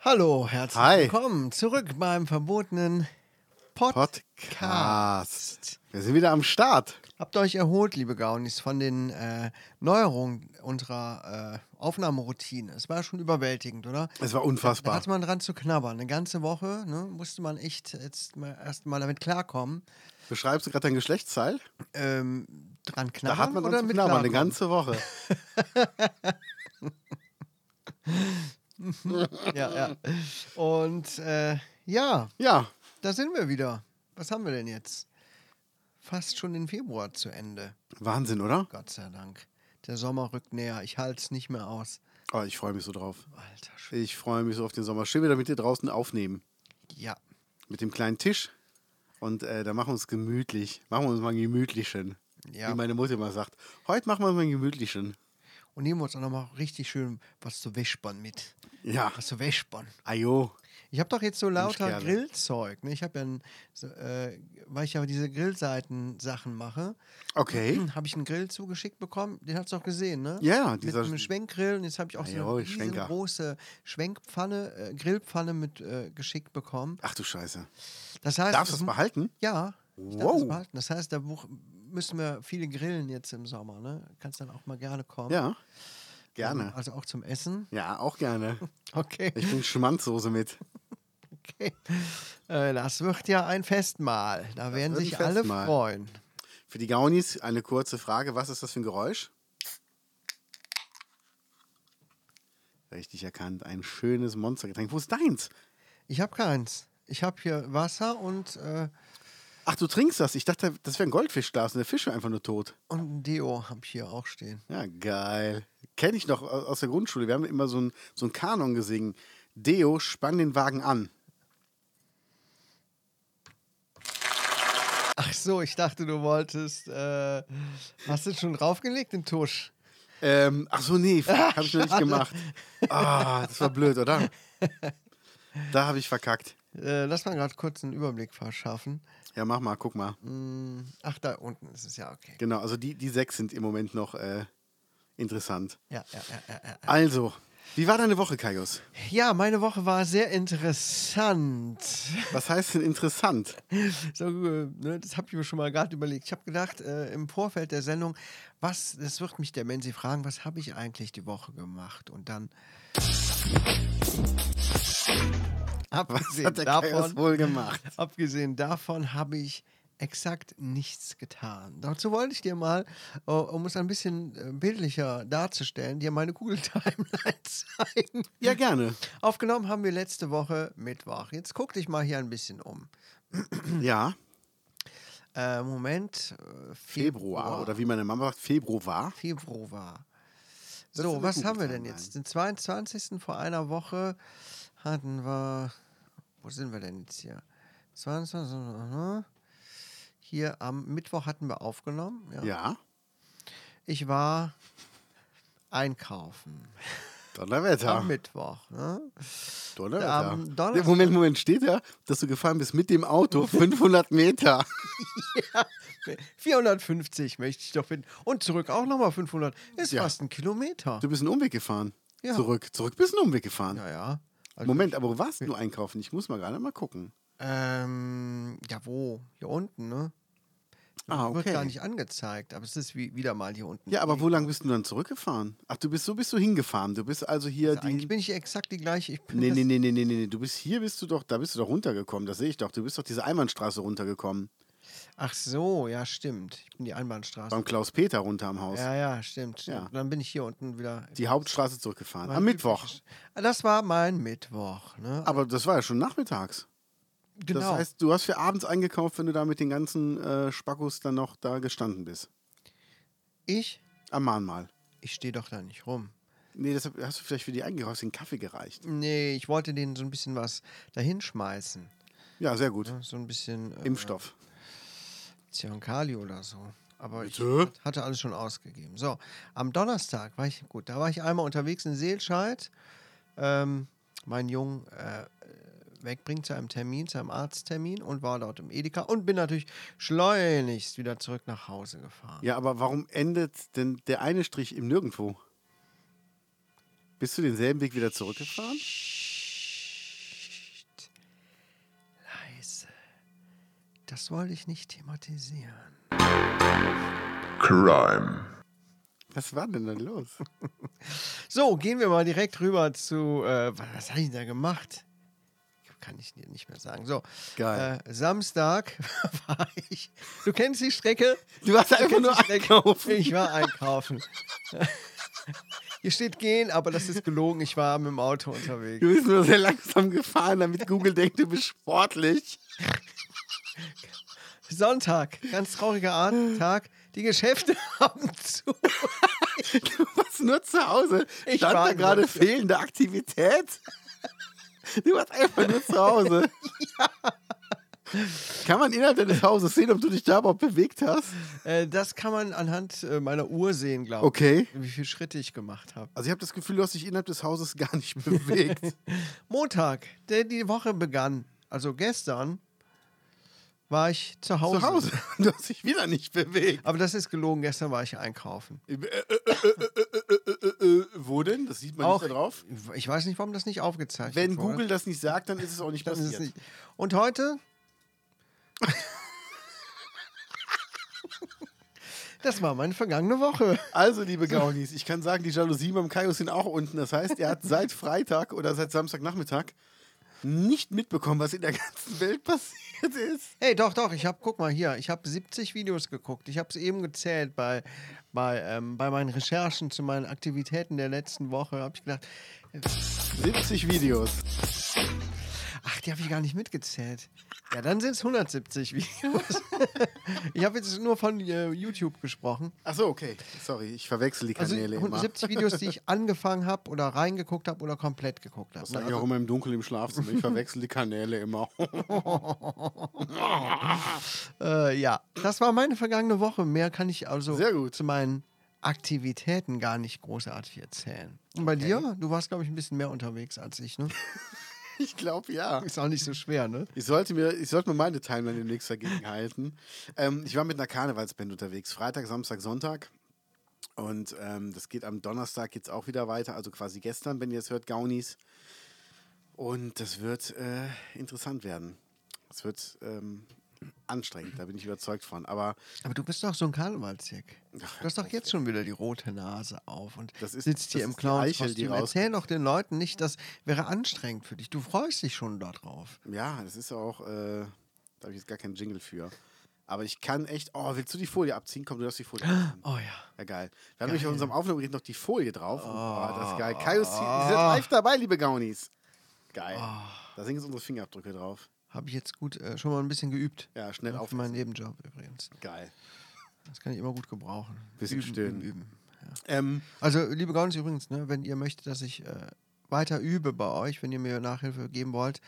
Hallo, herzlich Hi. willkommen zurück beim verbotenen Podcast. Podcast. Wir sind wieder am Start. Habt ihr euch erholt, liebe Gaunis, von den äh, Neuerungen unserer äh, Aufnahmeroutine? Es war schon überwältigend, oder? Es war Da unfassbar. hatte man dran zu knabbern. Eine ganze Woche ne, musste man echt jetzt mal erstmal damit klarkommen. Beschreibst du gerade dein Geschlechtsteil? Ähm, dran Da knabbern hat man oder uns mit klar, eine klarkommen? ganze Woche. Ja, ja. Und äh, ja, Ja, da sind wir wieder. Was haben wir denn jetzt? Fast schon den Februar zu Ende. Wahnsinn, oder? Gott sei Dank. Der Sommer rückt näher. Ich halte es nicht mehr aus. Oh, ich freue mich so drauf. Alter Schwede. Ich freue mich so auf den Sommer. Schön wieder mit dir draußen aufnehmen. Ja. Mit dem kleinen Tisch. Und äh, da machen wir uns gemütlich. Machen wir uns mal einen gemütlichen. Ja. Wie meine Mutter immer sagt. Heute machen wir mal einen gemütlichen. Und nehmen wir uns auch nochmal richtig schön was zu wäschbern mit. Ja. Was zu wäschbern. Ajo. Ich habe doch jetzt so lauter Kerle. Grillzeug. Ne? Ich habe ja, ein- so, äh, weil ich ja diese Grillseiten-Sachen mache, Okay. habe ich einen Grill zugeschickt bekommen. Den hast du auch gesehen, ne? Ja, dieser dieser- mit einem Schwenkgrill. Und jetzt habe ich auch Ah, so eine jawohl, Schwenker. riesengroße Schwenkpfanne, äh, Grillpfanne mit äh, geschickt bekommen. Ach du Scheiße. Das heißt, Darfst du es das mu- behalten? Ja. Ich darf das Wow. behalten. Das heißt, da buch- müssen wir viele grillen jetzt im Sommer. Ne? Kannst dann auch mal gerne kommen. Ja. Ähm, Gerne. Also auch zum Essen. Ja, auch gerne. Okay. Ich bringe Schmanzsoße mit. okay. Äh, das wird ja ein Festmahl. Da werden wird ein sich alle Festmahl. freuen. Für die Gaunis eine kurze Frage. Was ist das für ein Geräusch? Richtig erkannt. Ein schönes Monstergetränk. Wo ist deins? Ich habe keins. Ich habe hier Wasser und, äh, Ach, du trinkst das. Ich dachte, das wäre ein Goldfischglas und der Fisch wäre einfach nur tot. und ein Deo habe ich hier auch stehen. Ja, geil. Kenne ich noch au- aus der Grundschule. Wir haben immer so einen so einen Kanon gesungen. Deo, spann den Wagen an. Ach so, ich dachte, du wolltest. Äh, hast du schon draufgelegt, den Tusch? Ähm, ach so, nee, habe ich noch nicht gemacht. Ah, das war blöd, oder? Da habe ich verkackt. Äh, lass mal gerade kurz einen Überblick verschaffen. Ja, mach mal, guck mal. Mm, Ach, da unten ist es ja okay. Genau, also die, die sechs sind im Moment noch äh, interessant. Ja, ja, ja, ja, ja. Also, wie war deine Woche, Kaius? Ja, meine Woche war sehr interessant. Was heißt denn interessant? So, äh, ne, das habe ich mir schon mal gerade überlegt. Ich habe gedacht, äh, im Vorfeld der Sendung, was, das wird mich der Menzi fragen, was habe ich eigentlich die Woche gemacht? Und dann. Was Abgesehen hat der Kaius davon, wohl gemacht? abgesehen davon habe ich exakt nichts getan. Dazu wollte ich dir mal, äh, um es ein bisschen äh, bildlicher darzustellen, dir meine Google-Timeline zeigen. Ja, gerne. Aufgenommen haben wir letzte Woche Mittwoch. Jetzt guck dich mal hier ein bisschen um. Ja, Äh, Moment. äh, Februar oder wie meine Mama sagt, Februar war. Februar. Das ist So, eine was gute haben wir denn Timeline. jetzt? Den 22. vor einer Woche hatten wir. Wo sind wir denn jetzt hier? 22. aha. Hier am Mittwoch hatten wir aufgenommen. Ja. Ja, Ich war einkaufen am Donnerwetter. Mittwoch. Ne? Donnerwetter. am Donnerstag- Moment, Moment, steht da, dass du gefahren bist mit dem Auto 500 Meter. 450 möchte ich doch finden. Und zurück auch nochmal 500. Ist Ja. fast ein Kilometer. Du bist einen Umweg gefahren. Ja. Zurück, zurück bist du einen Umweg gefahren. Ja, ja. Also, Moment, aber wo warst du einkaufen? Ich muss mal gerade mal gucken. Ähm, ja, wo? Hier unten, ne? Ah, Wird gar okay. nicht angezeigt, aber es ist wie, wieder mal hier unten. Ja, aber wo lang bist du dann zurückgefahren? Ach, du bist so bist du hingefahren. Du bist also hier Also eigentlich die. bin ich exakt die gleiche. Ich bin Nee, das- nee, nee, nee, nee, nee, nee. Du bist hier bist du doch, da bist du doch runtergekommen, das sehe ich doch. Du bist doch diese Einbahnstraße runtergekommen. Ach so, ja, stimmt. Ich bin die Einbahnstraße. Beim Klaus Peter runter am Haus. Ja, ja, stimmt. stimmt. Ja. Und dann bin ich hier unten wieder. Die Hauptstraße zurückgefahren. mein Am Mittwoch. übliches- Ah, Das war mein Mittwoch, ne? Aber das war ja schon nachmittags. genau. Das heißt, du hast für abends eingekauft, wenn du da mit den ganzen äh, Spackos dann noch da gestanden bist. Ich? Am Mahnmal. Ich stehe doch da nicht rum. Nee, das hab- hast du vielleicht für die eingekauft, den Kaffee gereicht. Nee, ich wollte denen so ein bisschen was dahinschmeißen. Ja, sehr gut. Ne, So ein bisschen äh, Impfstoff. Zyankali oder so. Aber ich Bitte? hat- hatte alles schon ausgegeben. So, am Donnerstag war ich, gut, da war ich einmal unterwegs in Seelscheid. Ähm, mein Jungen äh, wegbringen zu einem Termin, zu einem Arzttermin und war dort im Edeka und bin natürlich schleunigst wieder zurück nach Hause gefahren. Ja, aber warum endet denn der eine Strich im Nirgendwo? Bist du denselben Weg wieder zurückgefahren? Psst. Leise. Das wollte ich nicht thematisieren. Crime. Was war denn da los? So, gehen wir mal direkt rüber zu. Äh, wa- was habe ich denn da gemacht? Kann ich dir nicht mehr sagen. So, Geil. Äh, Samstag war ich. Du kennst die Strecke? Du hast einfach nur einkaufen. Ich war einkaufen. Hier steht gehen, aber das ist gelogen. Ich war mit dem Auto unterwegs. Du bist nur sehr langsam gefahren, damit Google denkt, du bist sportlich. Sonntag, ganz trauriger Art, Tag. Die Geschäfte haben zu. Du warst nur zu Hause. Ich Stand da war gerade nur- fehlende Aktivität? Du warst einfach nur zu Hause. Kann man innerhalb deines Hauses sehen, ob du dich da überhaupt bewegt hast? Äh, das kann man anhand äh, meiner Uhr sehen, glaube ich. Okay. Wie viele Schritte ich gemacht habe. Also ich habe das Gefühl, du hast dich innerhalb des Hauses gar nicht bewegt. Montag, der die Woche begann, also gestern, war ich zu Hause. zu Hause. Du hast dich wieder nicht bewegt. Aber das ist gelogen, gestern war ich einkaufen. Äh, äh, äh, äh, äh, äh, Wo denn? Das sieht man nicht da drauf. Ich weiß nicht, warum das nicht aufgezeichnet Wenn wurde. Google das nicht sagt, dann ist es auch nicht Dann ist passiert. es nicht. Und heute? das war meine vergangene Woche. Also, liebe Gaunis, ich kann sagen, die Jalousien beim Kaius sind auch unten. Das heißt, er hat seit Freitag oder seit Samstagnachmittag nicht mitbekommen, was in der ganzen Welt passiert ist. Hey, doch, doch, ich habe, guck mal hier, ich habe 70 Videos geguckt. Ich habe es eben gezählt bei, bei, ähm, bei meinen Recherchen zu meinen Aktivitäten der letzten Woche. habe ich gedacht, 70 Videos. Ach, die habe ich gar nicht mitgezählt. Ja, dann sind es 170 Videos. ich habe jetzt nur von äh, YouTube gesprochen. Achso, okay. Sorry, ich verwechsel die Also Kanäle immer. 170 Videos, die ich angefangen habe oder reingeguckt habe oder komplett geguckt habe. Das sage ich auch immer im Dunkeln im Schlafzimmer. Ich verwechsel die Kanäle immer. Äh, ja, das war meine vergangene Woche. Mehr kann ich also Sehr gut. zu meinen Aktivitäten gar nicht großartig erzählen. Und bei dir? Du warst, glaube ich, ein bisschen mehr unterwegs als ich, ne? Ich glaube, ja. Ist auch nicht so schwer, ne? Ich sollte mir, ich sollte mir meine Timeline demnächst dagegen halten. Ähm, ich war mit einer Karnevalsband unterwegs. Freitag, Samstag, Sonntag. Und ähm, das geht am Donnerstag jetzt auch wieder weiter. Also quasi gestern, wenn ihr es hört, Gaunis. Und das wird äh, interessant werden. Es wird ähm, anstrengend, da bin ich überzeugt von. Aber Aber du bist doch so ein Karnevalsjack. Du hast doch jetzt schon wieder die rote Nase auf und Das ist- sitzt hier das im ist die Eichel, die Clownskostüm. raus- Erzähl doch den Leuten nicht, das wäre anstrengend für dich. Du freust dich schon darauf. ja, das ist auch, äh, da habe ich jetzt gar keinen Jingle für. Aber ich kann echt, oh, willst du die Folie abziehen? Komm, du darfst die Folie abziehen. Oh ja. Ja, geil. Wir haben nämlich auf unserem Aufnahmegerät noch die Folie drauf. Oh, das ist geil. Kaius, ihr seid live dabei, liebe Gaunis. Geil. Da sind jetzt unsere Fingerabdrücke drauf. Habe ich jetzt gut äh, schon mal ein bisschen geübt. Ja, schnell Auf auf. meinen Nebenjob übrigens. Geil. Das kann ich immer gut gebrauchen. Bisschen üben, stöhnen. üben, üben. Ähm, Also, liebe Gaunis, übrigens, ne, wenn ihr möchtet, dass ich äh, weiter übe bei euch, wenn ihr mir Nachhilfe geben wollt,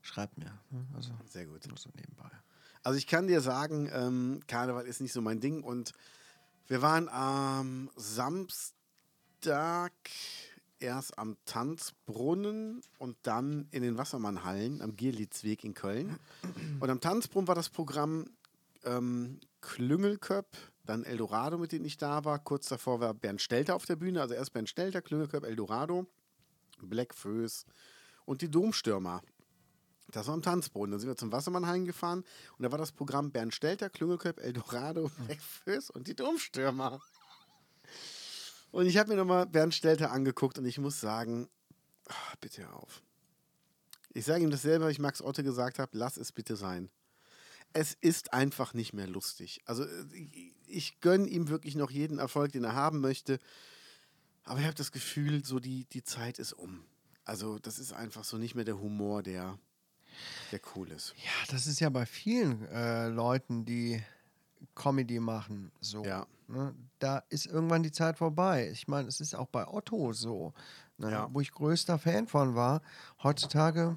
schreibt mir. ne? Also, sehr gut. nur so nebenbei. Also ich kann dir sagen, ähm, Karneval ist nicht so mein Ding. Und wir waren am Samstag erst am Tanzbrunnen und dann in den Wassermannhallen am Gierlitzweg in Köln. Und am Tanzbrunnen war das Programm ähm, Klüngelköp, dann Eldorado, mit denen ich da war. Kurz davor war Bernd Stelter auf der Bühne. Also erst Bernd Stelter, Klüngelköp, Eldorado, Black Föß und die Domstürmer. Das war am Tanzboden. Dann sind wir zum Wassermannhain gefahren und da war das Programm Bernd Stelter, Klüngelköp, Eldorado, Breakfast und die Domstürmer. Und ich habe mir nochmal Bernd Stelter angeguckt und ich muss sagen, ah, bitte hör auf. Ich sage ihm dasselbe, was ich Max Otte gesagt habe, lass es bitte sein. Es ist einfach nicht mehr lustig. Also ich- ich gönne ihm wirklich noch jeden Erfolg, den er haben möchte. Aber ich habe das Gefühl, so die, die Zeit ist um. Also das ist einfach so nicht mehr der Humor, der, der cool ist. Ja, das ist ja bei vielen äh, Leuten, die Comedy machen. So. Ja. Ne? Da ist irgendwann die Zeit vorbei. Ich meine, es ist auch bei Otto so, ne? Ja. wo ich größter Fan von war. Heutzutage,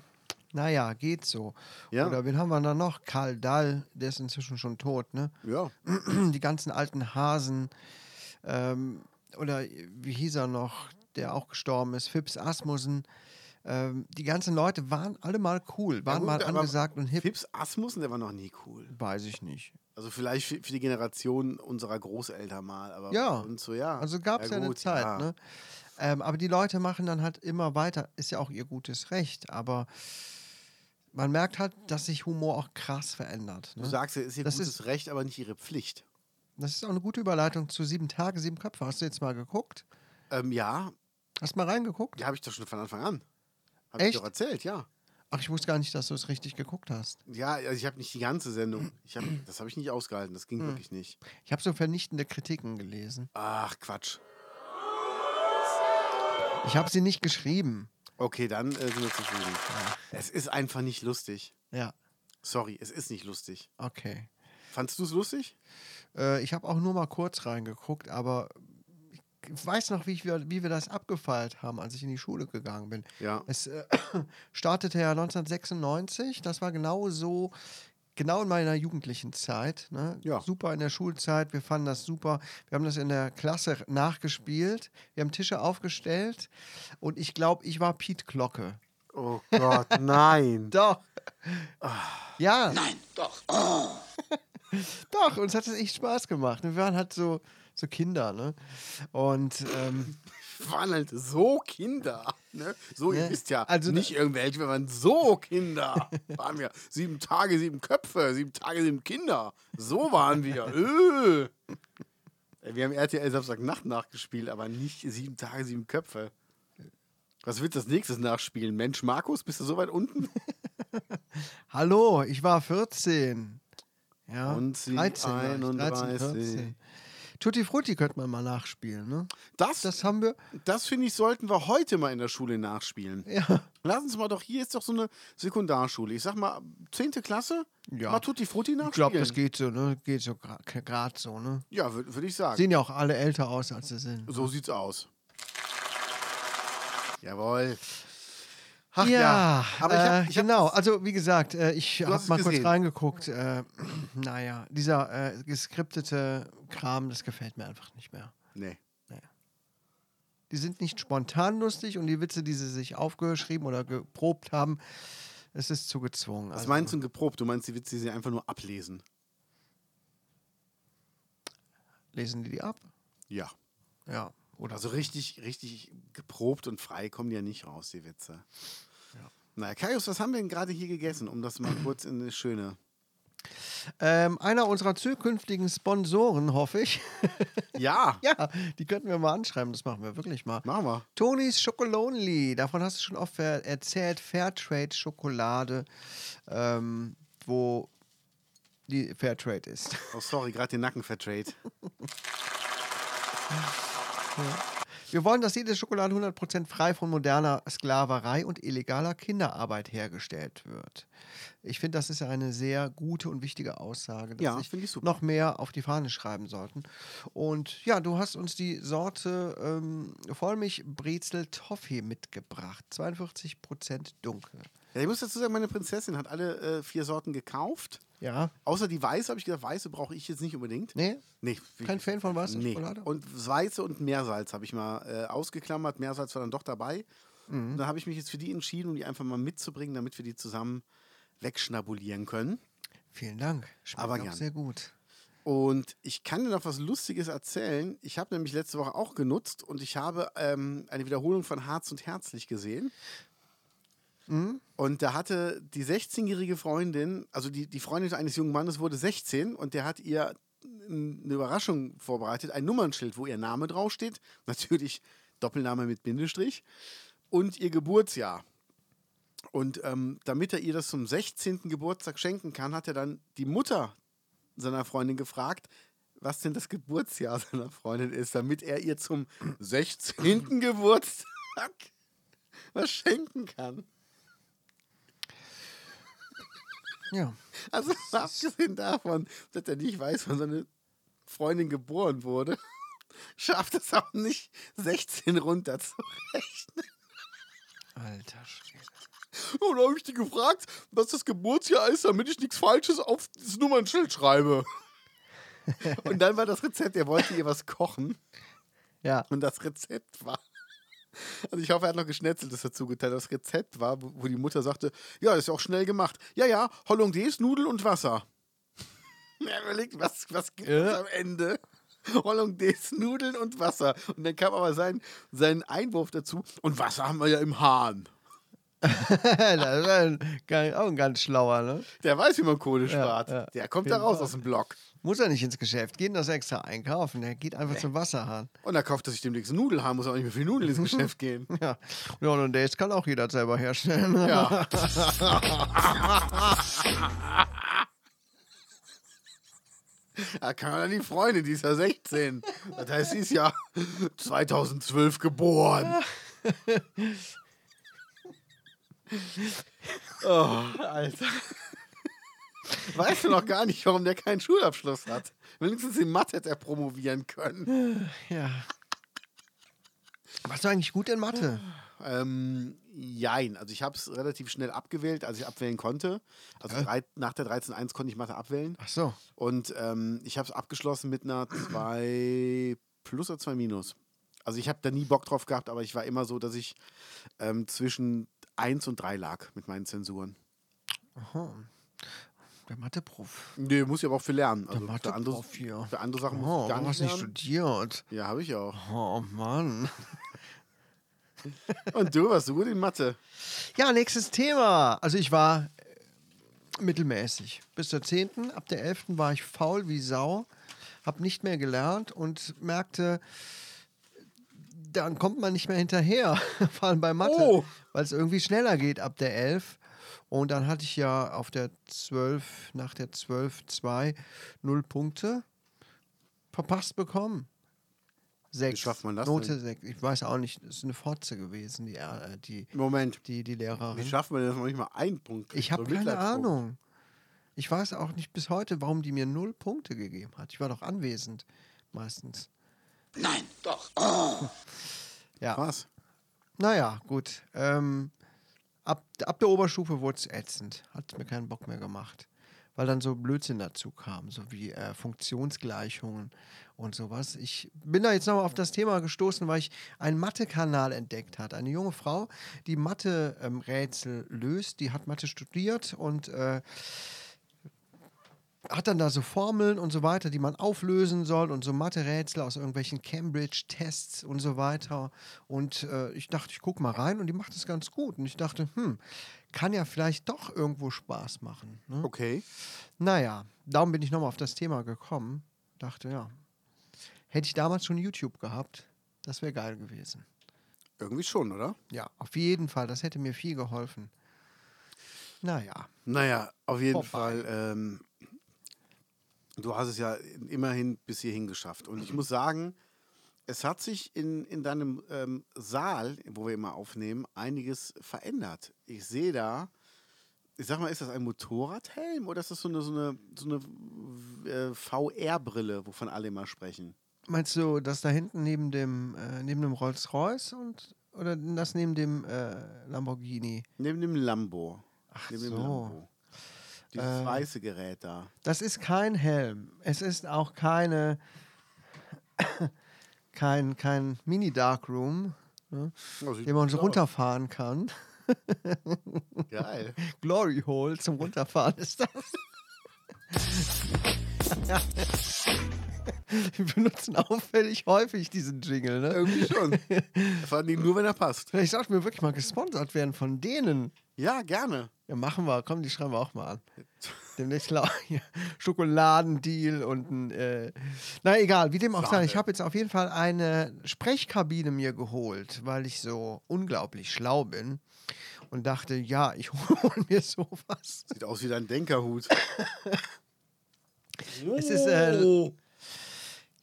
naja, geht so. Ja. Oder wen haben wir da noch? Karl Dall, der ist inzwischen schon tot, ne? Ja. die ganzen alten Hasen ähm, oder wie hieß er noch, der auch gestorben ist, Phipps Asmussen. Ähm, die ganzen Leute waren alle mal cool, waren gut, mal aber angesagt und hip. Pips Asmussen, der war noch nie cool. Weiß ich nicht. Also vielleicht für, für die Generation unserer Großeltern mal, aber Ja. und so ja. Also gab es ja, eine gut, Zeit. ja. Ne? Ähm, aber die Leute machen dann halt immer weiter. Ist ja auch ihr gutes Recht. Aber man merkt halt, dass sich Humor auch krass verändert. Du Ne? sagst, es ist ihr Das gutes ist- Recht, aber nicht ihre Pflicht. Das ist auch eine gute Überleitung zu Sieben Tage, Sieben Köpfe. Hast du jetzt mal geguckt? Ähm, ja, Hast du mal reingeguckt? die habe ich doch schon von Anfang an. Hab ich Echt? doch erzählt, ja. Ach, ich wusste gar nicht, dass du es richtig geguckt hast. Ja, also ich habe nicht die ganze Sendung. Ich hab, das habe ich nicht ausgehalten. Das ging Hm. wirklich nicht. Ich habe so vernichtende Kritiken gelesen. Ach, Quatsch. Ich habe sie nicht geschrieben. Okay, dann äh, sind wir zufrieden. Es ist einfach nicht lustig. Ja, Sorry, es ist nicht lustig. okay. Fandst du es lustig? Äh, ich habe auch nur mal kurz reingeguckt, aber ich weiß noch, wie, ich, wir- wie wir das abgefeiert haben, als ich in die Schule gegangen bin. Ja. Es äh, startete ja 1996. Das war genau so, genau in meiner jugendlichen Zeit. Ne? Ja. Super in der Schulzeit. Wir fanden das super. Wir haben das in der Klasse nachgespielt. Wir haben Tische aufgestellt. Und ich glaube, ich war Piet Glocke. Oh Gott, nein. Doch. Ja. Nein, doch. Doch, uns hat es echt Spaß gemacht. Wir waren halt so, so Kinder, ne? Und ähm, waren halt so Kinder. Ne? So, ihr Ne? wisst ja, Also- nicht irgendwelche, wir waren so Kinder. waren wir sieben Tage, sieben Köpfe, sieben Tage, sieben Kinder. So waren wir. Öh. Wir haben RTL Samstagnacht nachgespielt, aber nicht sieben Tage, sieben Köpfe. Was wird das nächstes nachspielen? Mensch, Markus, bist du so weit unten? hallo, ich war 14. Ja, Und sie 13, war ich, 31. 13, 14. Tutti Frutti könnte man mal nachspielen, ne? Das, das, Das haben wir. das finde ich, sollten wir heute mal in der Schule nachspielen. Ja. Lass uns mal doch, hier ist doch so eine Sekundarschule. Ich sag mal, 10. Klasse? Ja. Mal Tutti Frutti nachspielen. Ich glaube, das geht so, ne? Geht so gerade so, ne? Ja, würde würd ich sagen. Sehen ja auch alle älter aus, als sie sind. so sieht's aus. Jawohl. Ach ja, Aber ich hab, äh, ich hab, genau. Also wie gesagt, äh, ich hast habe es mal gesehen. kurz reingeguckt. Äh, naja, dieser äh, geskriptete Kram, das gefällt mir einfach nicht mehr. Nee. Die sind nicht spontan lustig und die Witze, die sie sich aufgeschrieben oder geprobt haben, es ist zu gezwungen. Was Also, meinst du denn geprobt? Du meinst, die Witze, die sie einfach nur ablesen. lesen die die ab? Ja. Ja. Oder Also richtig, richtig geprobt und frei kommen die ja nicht raus, die Witze. Ja. Naja, Kaius, was haben wir denn gerade hier gegessen, um das mal kurz in eine schöne. ähm, einer unserer zukünftigen Sponsoren, hoffe ich. Ja, ja, die könnten wir mal anschreiben, das machen wir wirklich mal. machen wir. Tonis Schokolonely, davon hast du schon oft ver- erzählt, Fairtrade Schokolade, ähm, wo die Fairtrade ist. Oh, sorry, gerade den Nacken vertrade. Wir wollen, dass jede Schokolade 100% frei von moderner Sklaverei und illegaler Kinderarbeit hergestellt wird. Ich finde, das ist eine sehr gute und wichtige Aussage, dass Ja, sich finde ich super. noch mehr auf die Fahne schreiben sollten. Und ja, du hast uns die Sorte ähm, Vollmilchbrezel Toffee mitgebracht. 42% dunkel. Ja, ich muss dazu sagen, meine Prinzessin hat alle äh, vier Sorten gekauft. Ja. Außer die weiße habe ich gedacht, weiße brauche ich jetzt nicht unbedingt. Nee? Nee, Kein Fan von weißer nee. Schokolade? Und weiße und Meersalz habe ich mal äh, ausgeklammert. Meersalz war dann doch dabei. Mhm. Und dann habe ich mich jetzt für die entschieden, um die einfach mal mitzubringen, damit wir die zusammen wegschnabulieren können. Vielen Dank. Schmeckt Aber auch gern. sehr gut. Und ich kann dir noch was Lustiges erzählen. Ich habe nämlich letzte Woche auch genutzt und ich habe ähm, eine Wiederholung von Harz und Herzlich gesehen. Und da hatte die 16-jährige Freundin, also die, die Freundin eines jungen Mannes wurde 16 und der hat ihr n- eine Überraschung vorbereitet, ein Nummernschild, wo ihr Name draufsteht, natürlich Doppelname mit Bindestrich und ihr Geburtsjahr. Und ähm, damit er ihr das zum 16. Geburtstag schenken kann, hat er dann die Mutter seiner Freundin gefragt, was denn das Geburtsjahr seiner Freundin ist, damit er ihr zum 16. Geburtstag was schenken kann. Ja. Also mal abgesehen davon, dass er nicht weiß, wann seine Freundin geboren wurde, schafft es auch nicht, 16 runterzurechnen. Alter Schwede. Und da habe ich die gefragt, was das Geburtsjahr ist, damit ich nichts Falsches auf das Nummernschild schreibe. Und dann war das Rezept, er wollte ihr was kochen. Ja. Und das Rezept war. Also ich hoffe, er hat noch Geschnetzeltes dazu getan. Das Rezept war, wo wo die Mutter sagte, ja, das ist ja auch schnell gemacht. Ja, ja, Hollandaise, Nudel und Wasser. Er überlegt, was, was gibt es Ja. am Ende? Hollandaise, Nudeln und Wasser. Und dann kam aber sein, sein Einwurf dazu. Und Wasser haben wir ja im Hahn. das ist ein, ganz- auch ein ganz schlauer, ne? Der weiß, wie man Kohle Ja, spart. ja. Der kommt Auf da jeden raus Fall. aus dem Block. Muss er nicht ins Geschäft gehen, das extra einkaufen. Der geht einfach zum Wasserhahn. Und da kauft er sich demnächst einen Nudelhahn, muss auch nicht mehr für Nudeln ins Geschäft gehen. Ja. Ja, und das kann auch jeder selber herstellen. Ja. Da kann man an die Freundin, die ist ja 16. Das heißt, sie ist ja 2012 geboren. Oh, Alter. Weißt du noch gar nicht, warum der keinen Schulabschluss hat? Wenigstens in Mathe hätte er promovieren können. ja. Warst du eigentlich gut in Mathe? Ähm, jein. Also ich habe es relativ schnell abgewählt, als ich abwählen konnte. Also drei, nach der 13.1 konnte ich Mathe abwählen. Ach so. Und ähm, ich habe es abgeschlossen mit einer 2 plus oder 2 minus. Also ich habe da nie Bock drauf gehabt, aber ich war immer so, dass ich ähm, zwischen 1 und 3 lag mit meinen Zensuren. Der Matheprof. Nee, muss ich aber auch für lernen. Also Der für, andere, Matheprof hier. für andere Sachen muss Oh, ich gar warum hast nicht du nicht lernen. studiert? ja, habe ich auch. Oh, Mann. Und du warst so gut in Mathe. Ja, nächstes Thema. Also ich war äh, mittelmäßig bis zur 10. Ab der 11. war ich faul wie Sau, habe nicht mehr gelernt und merkte, dann kommt man nicht mehr hinterher, vor allem bei Mathe, Oh. weil es irgendwie schneller geht ab der 11. Und dann hatte ich ja auf der 12, nach der 12, 2, 0 Punkte verpasst bekommen. Sechs. schafft man das Note 6. Ich weiß auch nicht, es ist eine Fotze gewesen, die, äh, die, Moment, die, die wie Lehrerin. schafft man denn das noch nicht mal einen Punkt? Ich habe So keine Mitleidspunkt. Ahnung. Ich weiß auch nicht bis heute, warum die mir null Punkte gegeben hat. Ich war doch anwesend meistens. Nein, doch. Ja. Was? Naja, gut. Ähm, ab, ab der Oberstufe wurde es ätzend. Hat mir keinen Bock mehr gemacht. Weil dann so Blödsinn dazu kam, so wie äh, Funktionsgleichungen und sowas. Ich bin da jetzt nochmal auf das Thema gestoßen, weil ich einen Mathe-Kanal entdeckt hat. Eine junge Frau, die Mathe-Rätsel löst, die hat Mathe studiert und äh, hat dann da so Formeln und so weiter, die man auflösen soll und so Mathe-Rätsel aus irgendwelchen Cambridge-Tests und so weiter. Und äh, ich dachte, ich guck mal rein und die macht es ganz gut. Und ich dachte, hm, kann ja vielleicht doch irgendwo Spaß machen. Ne? Okay. Naja, darum bin ich nochmal auf das Thema gekommen. Dachte, ja, hätte ich damals schon YouTube gehabt, das wäre geil gewesen. Irgendwie schon, oder? Ja, auf jeden Fall, das hätte mir viel geholfen. Naja, Naja, auf jeden Vorbei. Fall. Ähm, du hast es ja immerhin bis hierhin geschafft. Und ich Mhm. muss sagen, es hat sich in, in deinem ähm, Saal, wo wir immer aufnehmen, einiges verändert. Ich sehe da, ich sag mal, ist das ein Motorradhelm oder ist das so eine, so eine, so eine äh, VR-Brille, wovon alle immer sprechen? meinst du, das da hinten neben dem, äh, neben dem Rolls-Royce und oder das neben dem äh, Lamborghini? Neben dem Lambo. Ach Neben so. dem Lambo. Dieses Äh. weiße Gerät da. Das ist kein Helm. Es ist auch keine. kein, kein Mini-Darkroom, ne, Oh, sieht den man so gut aus. runterfahren kann. Geil. Glory Hole zum Runterfahren ist das. Wir benutzen auffällig häufig diesen Jingle, ne? Irgendwie schon. Vor allem nur, wenn er passt. Vielleicht sollten wir wirklich mal gesponsert werden von denen. Ja, gerne. Ja, machen wir. Komm, die schreiben wir auch mal an. Demnächst lau- ja, Schokoladendeal und ein. Äh, na egal, wie dem auch sei. Ich habe jetzt auf jeden Fall eine Sprechkabine mir geholt, weil ich so unglaublich schlau bin und dachte, ja, ich hole mir sowas. Sieht aus wie dein Denkerhut. Es ist, äh,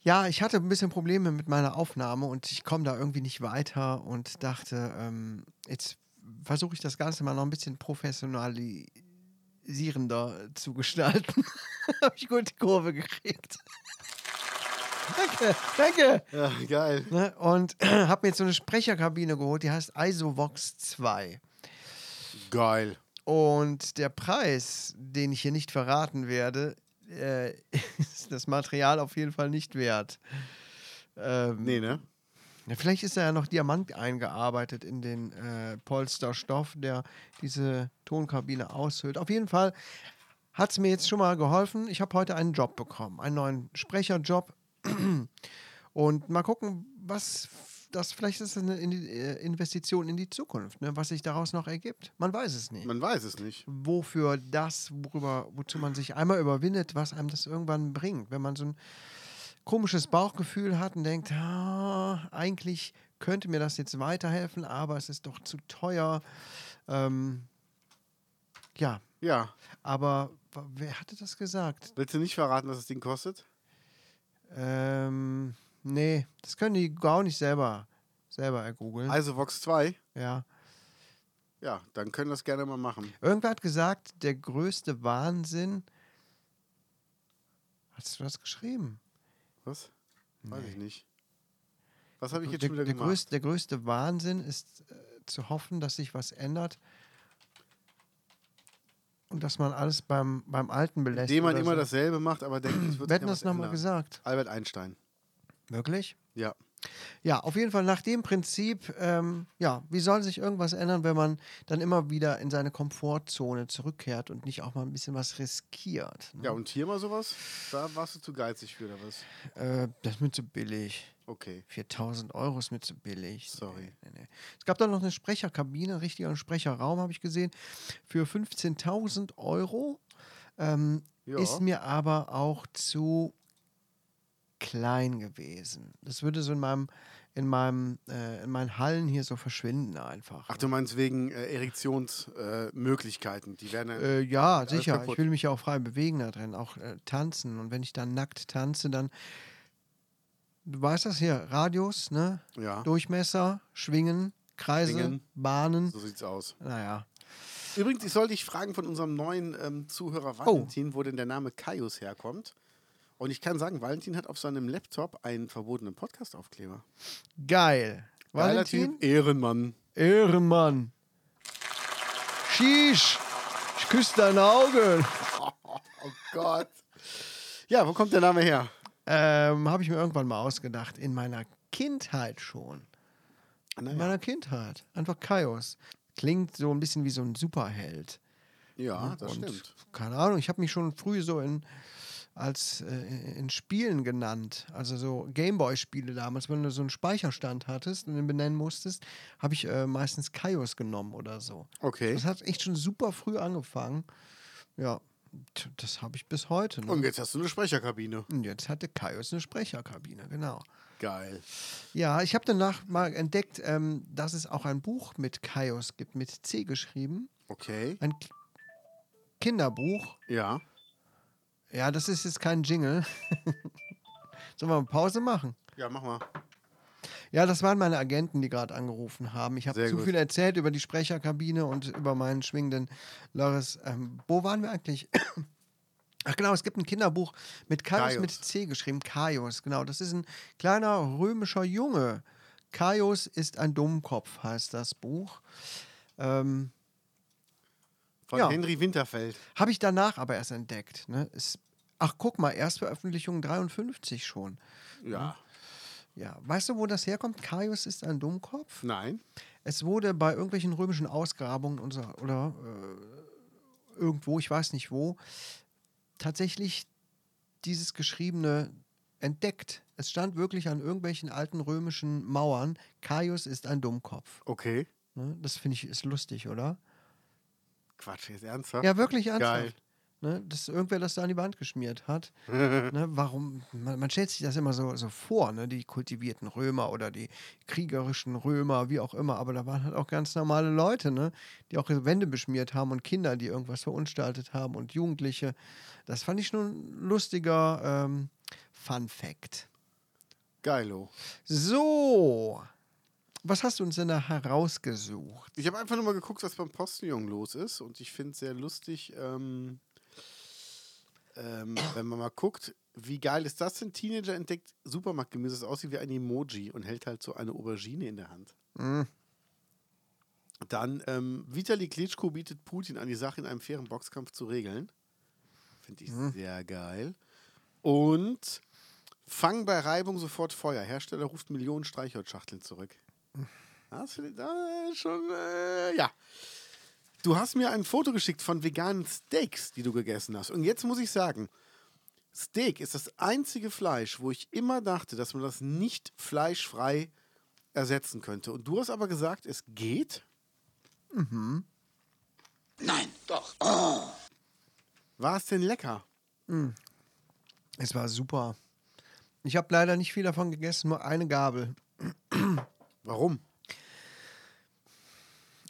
ja, ich hatte ein bisschen Probleme mit meiner Aufnahme und ich komme da irgendwie nicht weiter und dachte, ähm, jetzt versuche ich das Ganze mal noch ein bisschen professionali mobilisierender zu gestalten. Habe ich gut die Kurve gekriegt. danke, danke. Ja, geil. Ne? Und habe mir jetzt so eine Sprecherkabine geholt, die heißt IsoVox 2. Geil. Und der Preis, den ich hier nicht verraten werde, äh, ist das Material auf jeden Fall nicht wert. Ähm, Nee, ne? ja, vielleicht ist da ja noch Diamant eingearbeitet in den äh, Polsterstoff, der diese Tonkabine aushöhlt. Auf jeden Fall hat es mir jetzt schon mal geholfen. Ich habe heute einen Job bekommen, einen neuen Sprecherjob. Und mal gucken, was f- das vielleicht ist das eine In- äh, Investition in die Zukunft, ne? was sich daraus noch ergibt. Man weiß es nicht. Man weiß es nicht. Wofür das, worüber, wozu man sich einmal überwindet, was einem das irgendwann bringt. Wenn man so ein komisches Bauchgefühl hat und denkt, ah, eigentlich könnte mir das jetzt weiterhelfen, aber es ist doch zu teuer. Ähm, ja, Ja. aber w- wer hatte das gesagt? Willst du nicht verraten, was das Ding kostet? Ähm, nee, das können die gar nicht selber, selber ergoogeln. Also Vox 2? Ja. Ja, dann können wir das gerne mal machen. Irgendwer hat gesagt, der größte Wahnsinn. Hast du das geschrieben? Was? Weiß ich nicht. Was habe ich jetzt der, schon wieder der, gemacht? größte, der größte Wahnsinn ist äh, zu hoffen, dass sich was ändert und dass man alles beim, beim Alten belässt. Indem man oder immer so. dasselbe macht, aber denkt, es wird Wer hat denn sich das nochmal ändern. gesagt? Albert Einstein. Wirklich? Ja. Ja, auf jeden Fall nach dem Prinzip, ähm, ja, wie soll sich irgendwas ändern, wenn man dann immer wieder in seine Komfortzone zurückkehrt und nicht auch mal ein bisschen was riskiert? Ne? Ja, und hier mal sowas? Da warst du zu geizig für, oder was? Äh, das ist mir zu billig. Okay. 4000 Euro ist mir zu billig. Sorry. Nee, nee, nee. Es gab dann noch eine Sprecherkabine, richtig einen Sprecherraum, habe ich gesehen, für 15.000 Euro. Ähm, Ja. Ist mir aber auch zu klein gewesen. Das würde so in meinem, in meinem, äh, in meinen Hallen hier so verschwinden einfach. Ach, du meinst wegen äh, Erektionsmöglichkeiten. Äh, Möglichkeiten. die werden dann, Äh, ja, sicher. kaputt. Ich will mich ja auch frei bewegen da drin, auch äh, tanzen. Und wenn ich dann nackt tanze, dann. Du weißt das hier, Radius, ne? Ja. Durchmesser, Schwingen, Kreise, Ah. Schwingen. Bahnen. So sieht's aus. Naja. Übrigens, ich sollte dich fragen von unserem neuen ähm, Zuhörer Oh. Valentin, wo denn der Name Kaius herkommt. Und ich kann sagen, Valentin hat auf seinem Laptop einen verbotenen Podcast-Aufkleber. Geil. Geiler Valentin? Typ, Ehrenmann. Ehrenmann. Schieß. Ich küsse deine Augen. Oh Gott. Ja, wo kommt der Name her? Ähm, Habe ich mir irgendwann mal ausgedacht. In meiner Kindheit schon. In Naja. meiner Kindheit. Einfach Chaos. Klingt so ein bisschen wie so ein Superheld. Ja, das Und stimmt. Keine Ahnung, ich habe mich schon früh so in als äh, in Spielen genannt, also so Gameboy-Spiele damals, wenn du so einen Speicherstand hattest und den benennen musstest, habe ich äh, meistens Kaios genommen oder so. Okay. Das hat echt schon super früh angefangen. Ja, t- das habe ich bis heute. Ne? Und jetzt hast du eine Sprecherkabine. Und jetzt hatte Kaios eine Sprecherkabine, genau. Geil. Ja, ich habe danach mal entdeckt, ähm, dass es auch ein Buch mit Kaios gibt, mit C geschrieben. Okay. Ein K Kinderbuch. Ja. Ja, das ist jetzt kein Jingle. Sollen wir mal Pause machen? Ja, mach mal. Ja, das waren meine Agenten, die gerade angerufen haben. Ich habe Sehr zu gut. viel erzählt über die Sprecherkabine und über meinen schwingenden Loris. Ähm, wo waren wir eigentlich? Ach genau, es gibt ein Kinderbuch mit Kaius Kaius. mit C geschrieben. Kaius, genau. Das ist ein kleiner römischer Junge. Kaius ist ein Dummkopf, heißt das Buch. Ähm, Von Ja. Henry Winterfeld. Habe ich danach aber erst entdeckt. Ne? Ist, ach, guck mal, Erstveröffentlichung 53 schon. Ja. Ja, weißt du, wo das herkommt? Caius ist ein Dummkopf. Nein. Es wurde bei irgendwelchen römischen Ausgrabungen und so, oder äh, irgendwo, ich weiß nicht wo, tatsächlich dieses Geschriebene entdeckt. Es stand wirklich an irgendwelchen alten römischen Mauern, Caius ist ein Dummkopf. Okay. Ne? Das finde ich ist lustig, oder? Quatsch, jetzt ernsthaft? Ja, wirklich Geil. ernsthaft. Ne, dass irgendwer das da an die Wand geschmiert hat. ne, warum? Man, man stellt sich das immer so, so vor, ne, die kultivierten Römer oder die kriegerischen Römer, wie auch immer. Aber da waren halt auch ganz normale Leute, ne, die auch ihre Wände beschmiert haben und Kinder, die irgendwas verunstaltet haben und Jugendliche. Das fand ich nur ein lustiger ähm, Fun Fact. Geilo. So, Was hast du uns denn da herausgesucht? Ich habe einfach nur mal geguckt, was beim Postillon los ist. Und ich finde es sehr lustig, ähm, ähm, wenn man mal guckt, wie geil ist das denn? Teenager entdeckt Supermarktgemüse, das aussieht wie ein Emoji und hält halt so eine Aubergine in der Hand. Dann, ähm, Vitali Klitschko bietet Putin an, die Sache in einem fairen Boxkampf zu regeln. Finde ich sehr geil. Und fang bei Reibung sofort Feuer. Hersteller ruft Millionen Streichholzschachteln zurück. Das finde ich äh, schon, äh, ja. Du hast mir ein Foto geschickt von veganen Steaks, die du gegessen hast. Und jetzt muss ich sagen, Steak ist das einzige Fleisch, wo ich immer dachte, dass man das nicht fleischfrei ersetzen könnte. Und du hast aber gesagt, es geht. Nein, doch. War es denn lecker? Es war super. Ich habe leider nicht viel davon gegessen, nur eine Gabel. Warum?